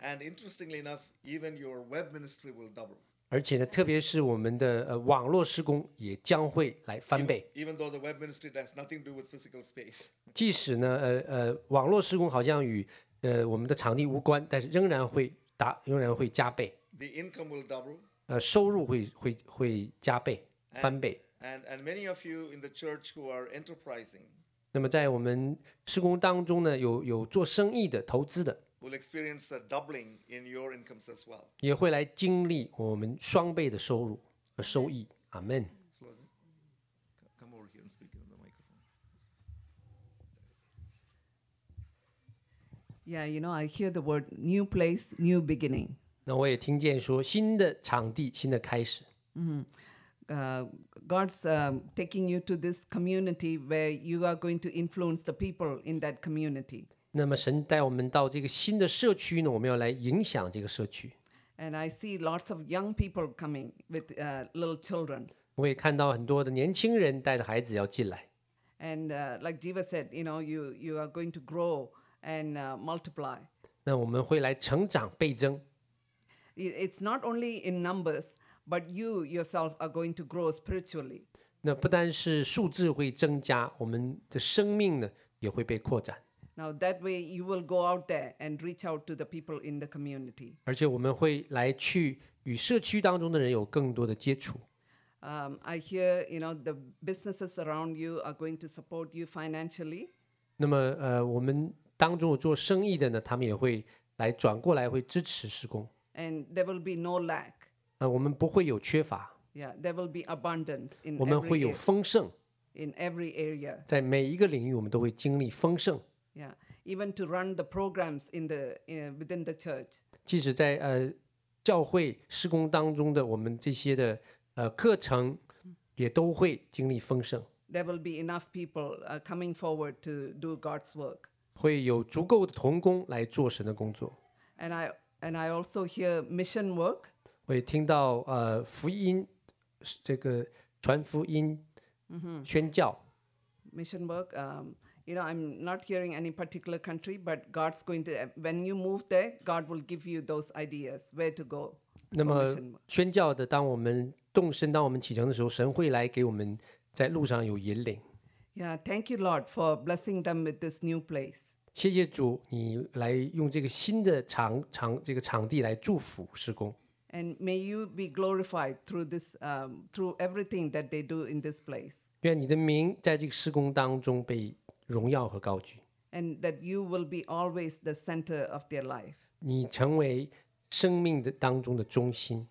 Speaker 1: and interestingly enough, even your web ministry will double.
Speaker 2: 而且呢，特别是我们的呃网络施工也将会来翻倍。
Speaker 1: Even though the web ministry has nothing to do with physical space,
Speaker 2: 即使呢，呃呃，网络施工好像与呃我们的场地无关，但是仍然会达，仍然会加倍，
Speaker 1: the income will double.
Speaker 2: 呃，收入会会会加倍翻倍。
Speaker 1: And, and many of you in the church who are enterprising
Speaker 2: 那么在我们施工当中呢，有有做生意的、投资的，
Speaker 1: will experience a doubling in your incomes as well.
Speaker 2: 也会来经历我们双倍的收入和收益。阿门。
Speaker 1: Slow down. C- Come over here and speak into the microphone.
Speaker 3: Yeah, you know, I hear the word new place, new beginning.
Speaker 2: 那我也听见说新的场地、新的开始，
Speaker 3: Uh, God's um, taking you to this community where you are going to influence the people in that community.
Speaker 2: 那么神带我们到这个新的社区呢，我们要来影响这个社区。
Speaker 3: And I see lots of young people coming with uh, little children.
Speaker 2: 我也看到很多的年轻人带着孩子要进来。
Speaker 3: And uh, like Jiva said, you know, you, you are going to grow and uh, multiply.
Speaker 2: 那我们会来成长倍增，
Speaker 3: I- It's not only in numbers, but you yourself are going to grow spiritually.
Speaker 2: 那不单是数字会增加，我们的生命呢也会被扩展，
Speaker 3: Now, that way, you will go out there and reach out to the people in the community.
Speaker 2: 而且我们会来去与社区当中的人有更多的接触。
Speaker 3: Um, I hear, you know, the businesses around you are going to support you financially.
Speaker 2: 那么呃，我们当中有做生意的呢，他们也会来转过来会支持施工，
Speaker 3: and there will be no lack.
Speaker 2: 呃，我们不会有缺乏，
Speaker 3: Yeah, there will be abundance in
Speaker 2: 我们会
Speaker 3: every,
Speaker 2: 有
Speaker 3: ar-
Speaker 2: 丰盛，
Speaker 3: in every area.
Speaker 2: 在每一个领域我们都会经历丰盛。
Speaker 3: Yeah, even to run the programs in the uh, within the church.
Speaker 2: 即使在呃教会施工当中的我们这些的呃课程，也都会经历丰盛，
Speaker 3: There will be enough people uh, coming forward to do God's work.
Speaker 2: 会有足够的童工来做神的工作。
Speaker 3: And I and I also hear mission work.
Speaker 2: 我也听到呃福音这个传福音、宣教，
Speaker 3: Mission work. Um, you know, I'm not hearing any particular country, but God's going to when you move there, God will give you those ideas where to go.
Speaker 2: 那
Speaker 3: for
Speaker 2: 么
Speaker 3: mission work.
Speaker 2: 宣教的，当我们动身、当我们启程的时候，神会来给我们在路上有引领。
Speaker 3: Yeah, thank you, Lord, for blessing them with this new place.
Speaker 2: 谢谢主，你来用这个新的场场这个场地来祝福施工。
Speaker 3: and may you be glorified through this, um, through everything that they do in this place,
Speaker 2: 愿你的名在这个施工当中被荣耀和高举，
Speaker 3: and that you will be always the center of their life,
Speaker 2: 你成为生命的当中的中心，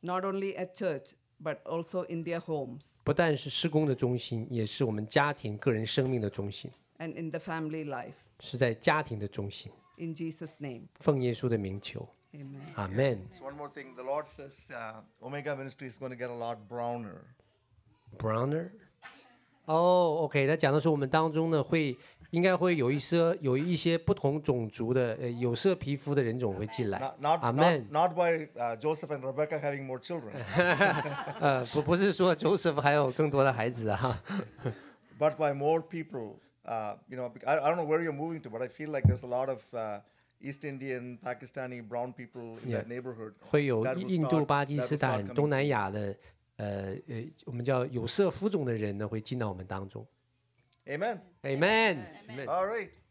Speaker 3: not only at church but also in their homes
Speaker 2: 不但是施工的中心，也是我们家庭、个人生命的中心，
Speaker 3: and in the family life.
Speaker 2: 是在家庭的中心。
Speaker 3: In Jesus' name,
Speaker 2: 奉耶稣的名求，
Speaker 3: Amen.
Speaker 2: 阿门。
Speaker 1: So one more thing. The Lord says uh, Omega Ministry is going to get a lot browner.
Speaker 2: Browner。哦、o k 他讲的是我们当中呢会应该会有一些有一些不同种族的呃有色皮肤的人种会进来
Speaker 1: Not not
Speaker 2: 阿
Speaker 1: not,
Speaker 2: 门。
Speaker 1: not by uh, Joseph and Rebecca having more children,
Speaker 2: 呃，不不是说 Joseph 还有更多的孩子啊，
Speaker 1: but by more people. Uh, you know, I, I don't know where you're moving to, but I feel like there's a lot of uh, East Indian, Pakistani, brown people in that neighborhood.
Speaker 2: 会有
Speaker 1: that
Speaker 2: 印
Speaker 1: will
Speaker 2: 印
Speaker 1: start-
Speaker 2: 度、巴基
Speaker 1: that will
Speaker 2: 斯
Speaker 1: start
Speaker 2: 坦、
Speaker 1: coming
Speaker 2: 东南亚的呃呃，我们叫有色肤种的人呢会进到我们当中。
Speaker 1: Amen.
Speaker 2: Amen。Amen
Speaker 1: All right.